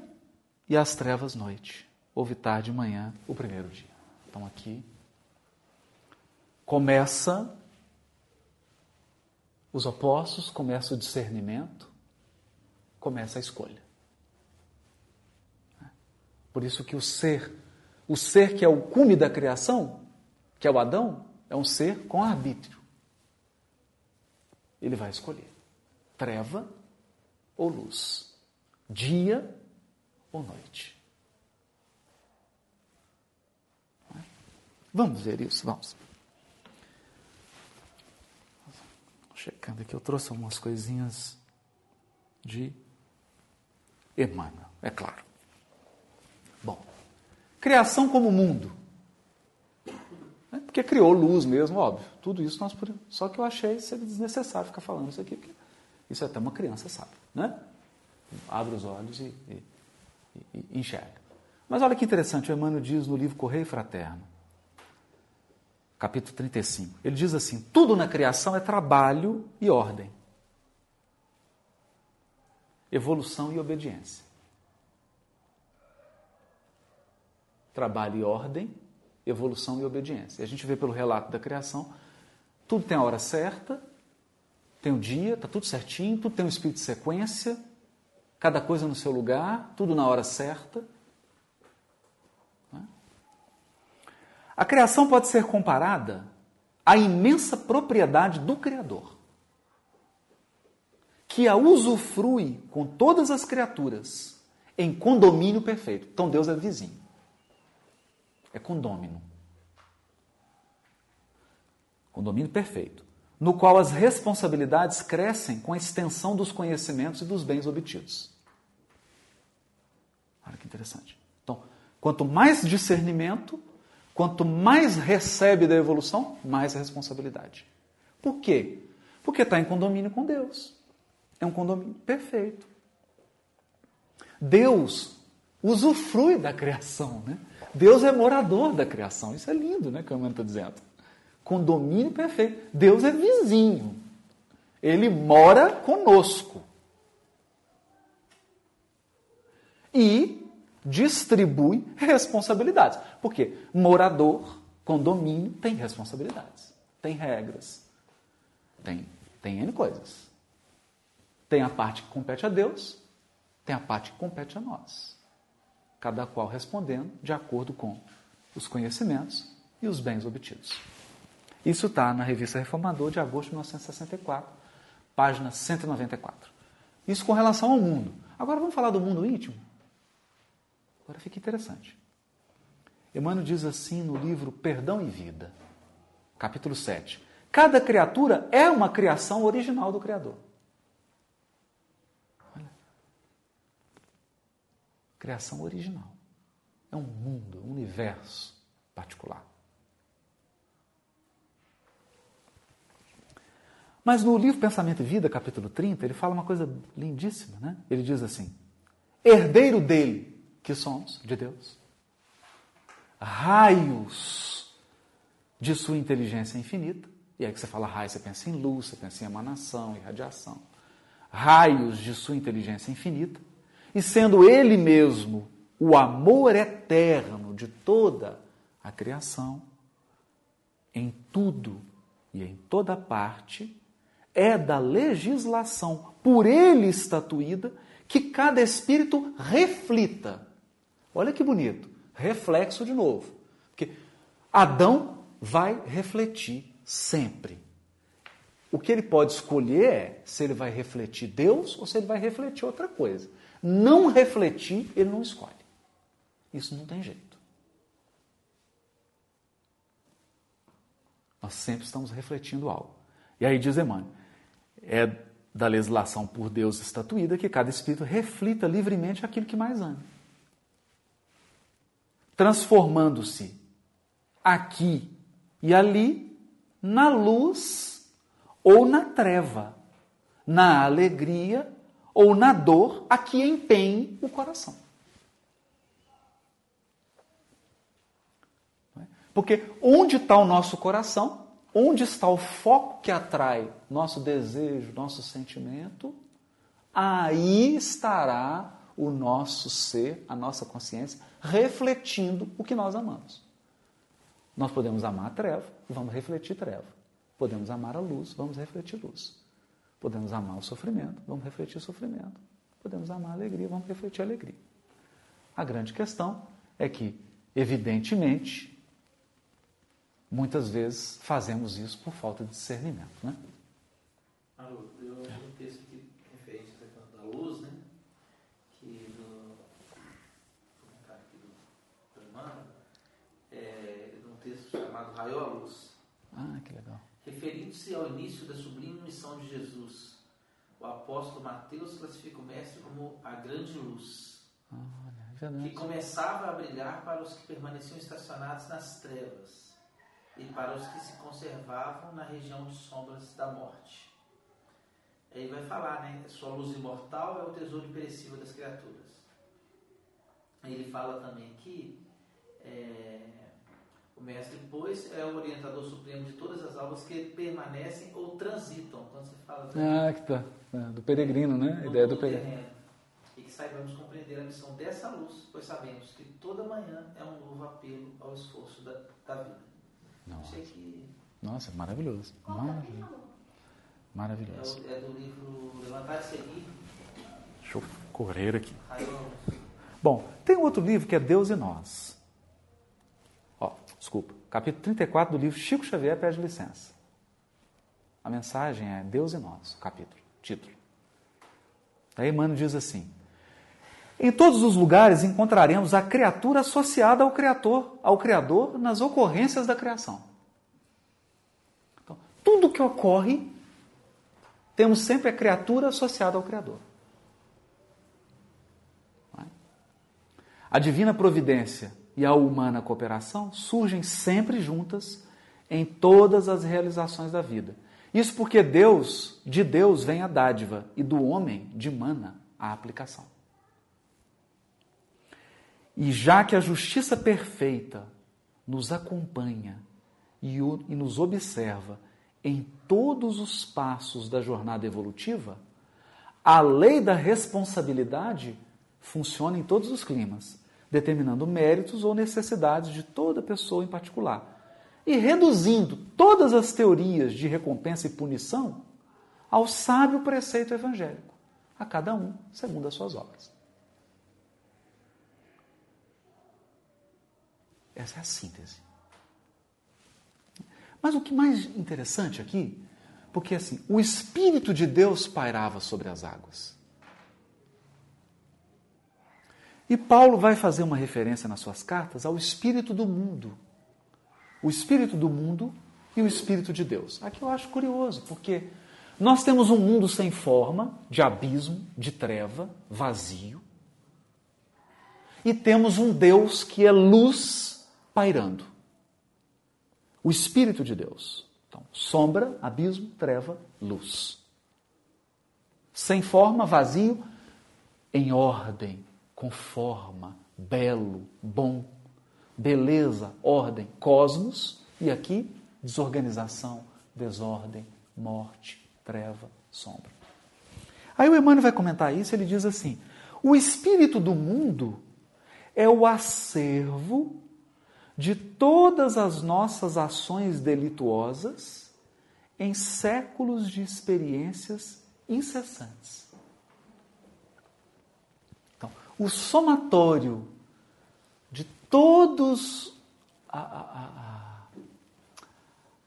Speaker 2: e às trevas noite. Houve tarde e manhã, o primeiro dia. Então aqui começa os opostos, começa o discernimento, começa a escolha. Por isso que o ser, o ser que é o cume da criação, que é o Adão, é um ser com arbítrio. Ele vai escolher treva ou luz, dia ou noite. Vamos ver isso, vamos. Checando aqui, eu trouxe algumas coisinhas de Emmanuel, é claro. Bom, criação como mundo. É porque criou luz mesmo, óbvio. Tudo isso nós podemos. Só que eu achei seria desnecessário ficar falando isso aqui, porque isso até uma criança sabe, né? Abre os olhos e, e, e- e enxerga. Mas olha que interessante, o Emmanuel diz no livro Correio Fraterno, capítulo 35. Ele diz assim: tudo na criação é trabalho e ordem, evolução e obediência. Trabalho e ordem, evolução e obediência. E a gente vê pelo relato da criação, tudo tem a hora certa, tem o dia, tá tudo certinho, tudo tem um espírito de sequência, cada coisa no seu lugar, tudo na hora certa. A criação pode ser comparada à imensa propriedade do Criador, que a usufrui com todas as criaturas em condomínio perfeito. Então Deus é vizinho. É condômino. Condomínio perfeito. No qual as responsabilidades crescem com a extensão dos conhecimentos e dos bens obtidos. Olha que interessante. Então, quanto mais discernimento, quanto mais recebe da evolução, mais responsabilidade. Por quê? Porque está em condomínio com Deus. É um condomínio perfeito. Deus usufrui da criação, né? Deus é morador da criação. Isso é lindo, né? Que o Emmanuel está dizendo. Condomínio perfeito. Deus é vizinho. Ele mora conosco. e distribui responsabilidades. Porque morador, condomínio, tem responsabilidades, tem regras, tem, tem N coisas. Tem a parte que compete a Deus, tem a parte que compete a nós. Cada qual respondendo de acordo com os conhecimentos e os bens obtidos. Isso está na Revista Reformador de agosto de 1964, página 194. Isso com relação ao mundo. Agora vamos falar do mundo íntimo? Agora fica interessante. Emmanuel diz assim no livro Perdão e Vida, capítulo 7. Cada criatura é uma criação original do Criador. Olha. Criação original. É um mundo, um universo particular. Mas no livro Pensamento e Vida, capítulo 30, ele fala uma coisa lindíssima, né? Ele diz assim: herdeiro dele, que somos, de Deus, raios de sua inteligência infinita, e é aí que você fala raio, você pensa em luz, você pensa em emanação, em radiação, raios de sua inteligência infinita, e sendo ele mesmo o amor eterno de toda a criação, em tudo e em toda parte, é da legislação por ele estatuída que cada espírito reflita. Olha que bonito, reflexo de novo. Porque Adão vai refletir sempre. O que ele pode escolher é se ele vai refletir Deus ou se ele vai refletir outra coisa. Não refletir, ele não escolhe. Isso não tem jeito. Nós sempre estamos refletindo algo. E aí diz Emmanuel, é da legislação por Deus estatuída que cada espírito reflita livremente aquilo que mais ama. Transformando-se aqui e ali na luz ou na treva, na alegria ou na dor a que empenhe o coração. Porque onde está o nosso coração, onde está o foco que atrai nosso desejo, nosso sentimento, aí estará o nosso ser, a nossa consciência, refletindo o que nós amamos. Nós podemos amar a treva, vamos refletir treva. Podemos amar a luz, vamos refletir luz. Podemos amar o sofrimento, vamos refletir sofrimento. Podemos amar a alegria, vamos refletir alegria. A grande questão é que, evidentemente, muitas vezes fazemos isso por falta de discernimento, né?
Speaker 6: Alô, eu li um texto aqui referente à questão da luz, né? Que no comentário aqui do, do Emmanuel, é de um texto chamado Raio à Luz.
Speaker 2: Ah, que legal.
Speaker 6: Referindo-se ao início da sublime missão de Jesus, o apóstolo Mateus classifica o Mestre como a grande luz,
Speaker 2: Olha, é
Speaker 6: que
Speaker 2: verdade.
Speaker 6: começava a brilhar para os que permaneciam estacionados nas trevas e para os que se conservavam na região de sombras da morte. Aí vai falar, né? Sua luz imortal é o tesouro imperecível das criaturas. Aí ele fala também que é, o mestre, pois, é o orientador supremo de todas as almas que permanecem ou transitam. Quando você fala
Speaker 2: Ah, que tá. É, do peregrino, né? A
Speaker 6: no
Speaker 2: ideia do
Speaker 6: mundo
Speaker 2: peregrino.
Speaker 6: terreno, E é, que saibamos compreender a missão dessa luz, pois sabemos que toda manhã é um novo apelo ao esforço da, da vida.
Speaker 2: Nossa.
Speaker 6: Isso aqui
Speaker 2: Nossa, é maravilhoso. Maravilhoso.
Speaker 6: é,
Speaker 2: Maravilhoso.
Speaker 6: o- é do livro Levantar e Seguir,
Speaker 2: Deixa eu correr aqui.
Speaker 6: Rayon.
Speaker 2: Bom, tem outro livro que é Deus e Nós. Ó, desculpa. Capítulo 34 do livro Chico Xavier pede licença. A mensagem é Deus e Nós, o capítulo, título. Aí Emmanuel diz assim: Em todos os lugares encontraremos a criatura associada ao Criador, ao Criador nas ocorrências da criação. Então, tudo que ocorre, temos sempre a criatura associada ao Criador. A divina providência e a humana cooperação surgem sempre juntas em todas as realizações da vida. Isso porque Deus, de Deus vem a dádiva e do homem, de mana, a aplicação. E já que a justiça perfeita nos acompanha e, o- e nos observa em todos os passos da jornada evolutiva, a lei da responsabilidade funciona em todos os climas, determinando méritos ou necessidades de toda pessoa em particular e reduzindo todas as teorias de recompensa e punição ao sábio preceito evangélico, a cada um segundo as suas obras. Essa é a síntese. Mas o que mais interessante aqui, porque assim, o Espírito de Deus pairava sobre as águas. E Paulo vai fazer uma referência nas suas cartas ao Espírito do mundo. O Espírito do mundo e o Espírito de Deus. Aqui eu acho curioso, porque nós temos um mundo sem forma, de abismo, de treva, vazio, e temos um Deus que é luz pairando. O Espírito de Deus. Então, sombra, abismo, treva, luz. Sem forma, vazio, em ordem, com forma, belo, bom, beleza, ordem, cosmos, e aqui desorganização, desordem, morte, treva, sombra. Aí o Emmanuel vai comentar isso, ele diz assim: o espírito do mundo é o acervo de todas as nossas ações delituosas em séculos de experiências incessantes. Então, o somatório de todos a, a- a- a-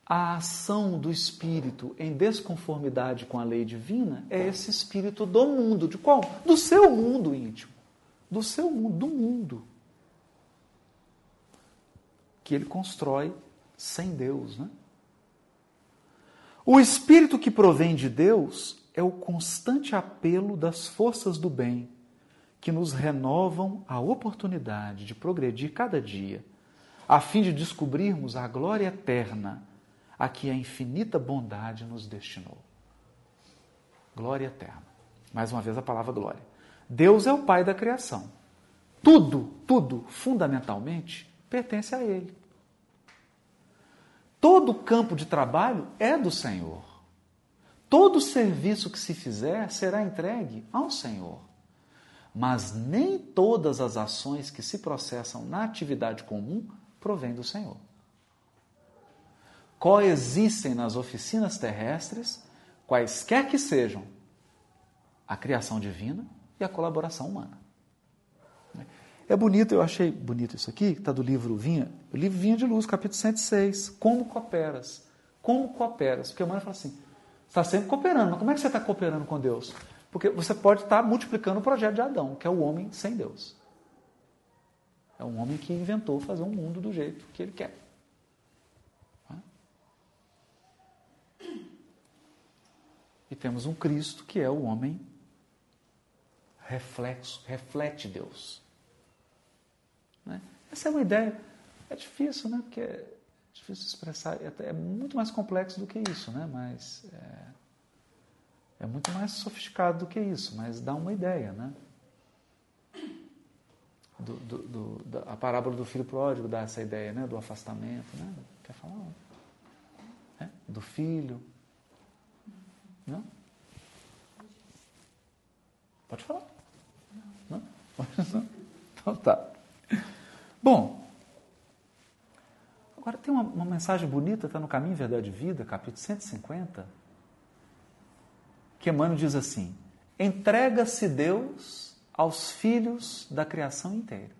Speaker 2: a ação do espírito em desconformidade com a lei divina é esse espírito do mundo, de qual? Do seu mundo íntimo, do seu mundo, do mundo que ele constrói sem Deus, né? O espírito que provém de Deus é o constante apelo das forças do bem, que nos renovam a oportunidade de progredir cada dia, a fim de descobrirmos a glória eterna a que a infinita bondade nos destinou. Glória eterna. Mais uma vez a palavra glória. Deus é o Pai da criação. Tudo, tudo, fundamentalmente, pertence a Ele. Todo campo de trabalho é do Senhor. Todo serviço que se fizer será entregue ao Senhor. Mas nem todas as ações que se processam na atividade comum provêm do Senhor. Coexistem nas oficinas terrestres, quaisquer que sejam, a criação divina e a colaboração humana. É bonito, eu achei bonito isso aqui, que está do livro Vinha, o livro Vinha de Luz, capítulo 106, Como Cooperas. Como cooperas? Porque a mãe fala assim, você está sempre cooperando, mas como é que você está cooperando com Deus? Porque você pode estar multiplicando o projeto de Adão, que é o homem sem Deus. É um homem que inventou fazer um mundo do jeito que ele quer. E temos um Cristo que é o homem reflexo, reflete Deus. Né? Essa é uma ideia. É difícil, né? Porque é difícil expressar. É, até- é muito mais complexo do que isso, né? Mas é, é muito mais sofisticado do que isso. Mas dá uma ideia, né? Do, do- do- da, a parábola do filho pródigo dá essa ideia, né? Do afastamento, né? Quer falar? Não. É? Do filho. Não? Pode falar. Não? Pode não? Então tá. Bom, agora tem uma, uma mensagem bonita, está no Caminho Verdade e Vida, capítulo 150, que Emmanuel diz assim: entrega-se Deus aos filhos da criação inteira.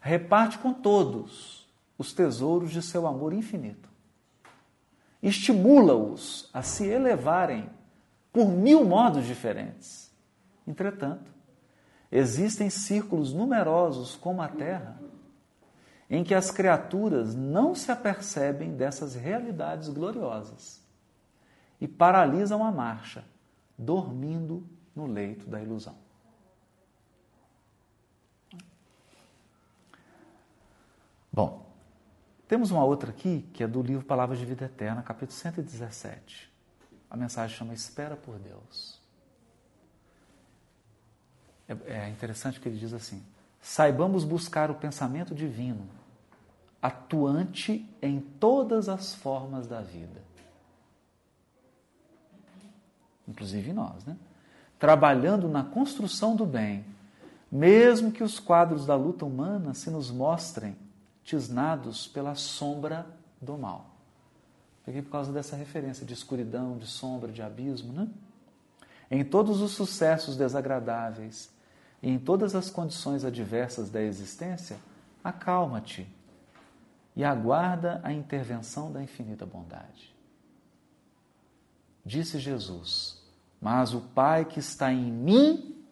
Speaker 2: Reparte com todos os tesouros de seu amor infinito. Estimula-os a se elevarem por mil modos diferentes. Entretanto, Existem círculos numerosos como a Terra em que as criaturas não se apercebem dessas realidades gloriosas e paralisam a marcha, dormindo no leito da ilusão. Bom, temos uma outra aqui que é do livro Palavras de Vida Eterna, capítulo 117. A mensagem chama Espera por Deus. É, é interessante que ele diz assim: saibamos buscar o pensamento divino, atuante em todas as formas da vida, inclusive em nós, né? Trabalhando na construção do bem, mesmo que os quadros da luta humana se nos mostrem tisnados pela sombra do mal. Peguei por causa dessa referência de escuridão, de sombra, de abismo, né? em todos os sucessos desagradáveis e em todas as condições adversas da existência, acalma-te e aguarda a intervenção da infinita bondade. Disse Jesus: Mas o Pai que está em mim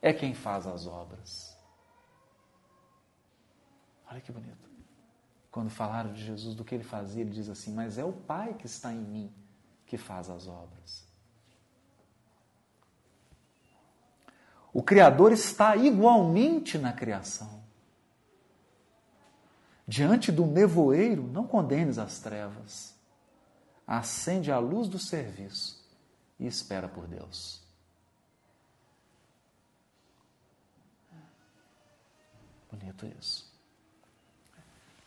Speaker 2: é quem faz as obras. Olha que bonito. Quando falaram de Jesus do que ele fazia, ele diz assim: Mas é o Pai que está em mim que faz as obras. O Criador está igualmente na criação. Diante do nevoeiro, não condenes as trevas. Acende a luz do serviço e espera por Deus. Bonito isso.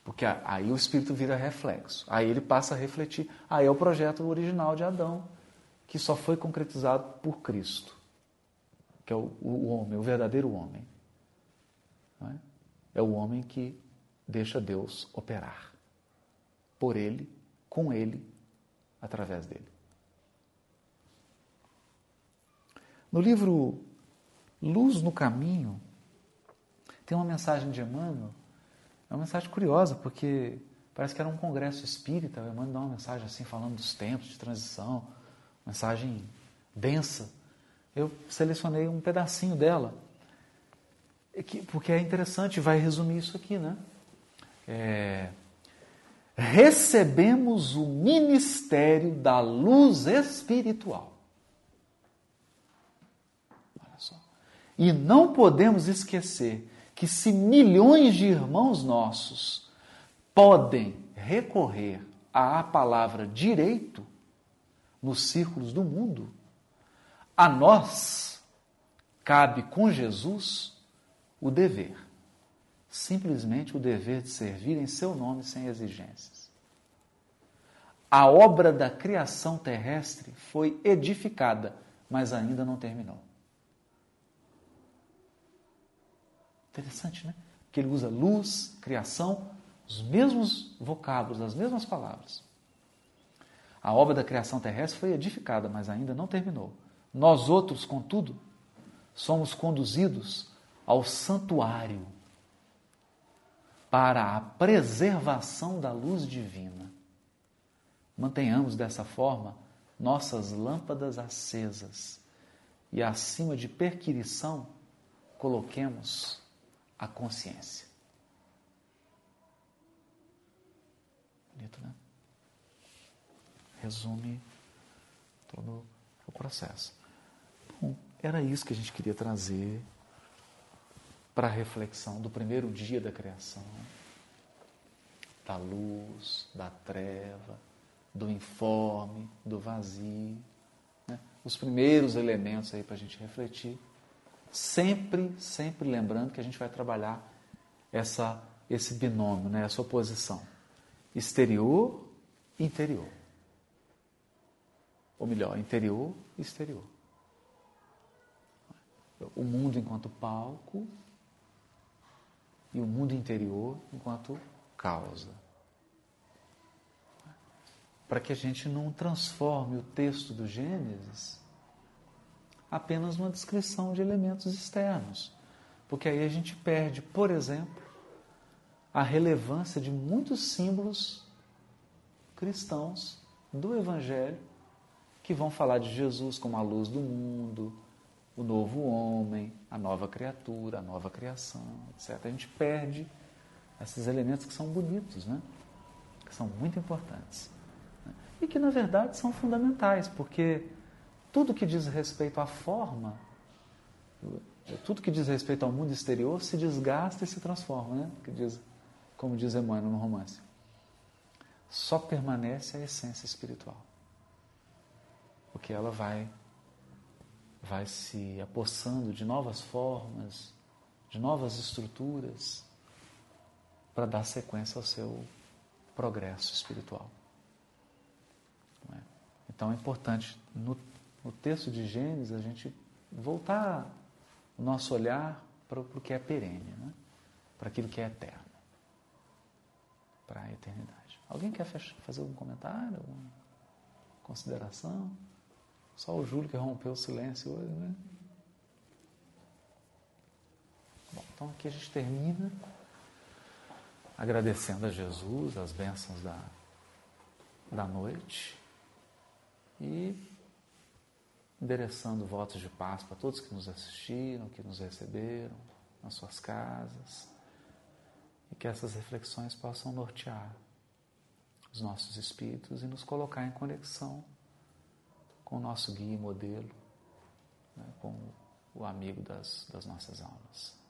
Speaker 2: Porque a- aí o espírito vira reflexo. Aí ele passa a refletir. Aí é o projeto original de Adão, que só foi concretizado por Cristo que é o, o homem, o verdadeiro homem. não é? É o homem que deixa Deus operar por ele, com ele, através dele. No livro Luz no Caminho, tem uma mensagem de Emmanuel. É uma mensagem curiosa, porque parece que era um congresso espírita. O Emmanuel dá uma mensagem assim, falando dos tempos de transição, mensagem densa. Eu selecionei um pedacinho dela, é que- porque é interessante, vai resumir isso aqui, né? É, recebemos o ministério da luz espiritual. Olha só. E não podemos esquecer que se milhões de irmãos nossos podem recorrer à palavra direito nos círculos do mundo, a nós cabe com Jesus o dever, simplesmente o dever de servir em seu nome sem exigências. A obra da criação terrestre foi edificada, mas ainda não terminou. Interessante, né? Que ele usa luz, criação, os mesmos vocábulos, as mesmas palavras. A obra da criação terrestre foi edificada, mas ainda não terminou. Nós outros, contudo, somos conduzidos ao santuário para a preservação da luz divina. Mantenhamos dessa forma nossas lâmpadas acesas e, acima de perquirição, coloquemos a consciência. Bonito, né? Resume todo o processo. Bom, era isso que a gente queria trazer para a reflexão do primeiro dia da criação, né? da luz, da treva, do informe, do vazio. Né? Os primeiros elementos aí para a gente refletir. Sempre, sempre lembrando que a gente vai trabalhar essa, esse binômio, né? essa oposição. Exterior, interior. Ou melhor, interior, exterior. O mundo enquanto palco e o mundo interior enquanto causa. Para que a gente não transforme o texto do Gênesis apenas numa descrição de elementos externos, porque aí a gente perde, por exemplo, a relevância de muitos símbolos cristãos do Evangelho que vão falar de Jesus como a luz do mundo, o novo homem, a nova criatura, a nova criação, etc. A gente perde esses elementos que são bonitos, né? que são muito importantes. Né? E que, na verdade, são fundamentais, porque tudo que diz respeito à forma, tudo que diz respeito ao mundo exterior se desgasta e se transforma, né? que diz, como diz Emmanuel no romance. Só permanece a essência espiritual, porque ela vai vai se apossando de novas formas, de novas estruturas, para dar sequência ao seu progresso espiritual. É? Então é importante, no, no, texto de Gênesis, a gente voltar o nosso olhar para o que é perene, né? para aquilo que é eterno, para a eternidade. Alguém quer fechar, fazer algum comentário, alguma consideração? Só o Júlio que rompeu o silêncio hoje, né? Bom, então aqui a gente termina agradecendo a Jesus as bênçãos da, da noite e endereçando votos de paz para todos que nos assistiram, que nos receberam nas suas casas e que essas reflexões possam nortear os nossos espíritos e nos colocar em conexão com o nosso guia e modelo, né, com o amigo das, das nossas almas.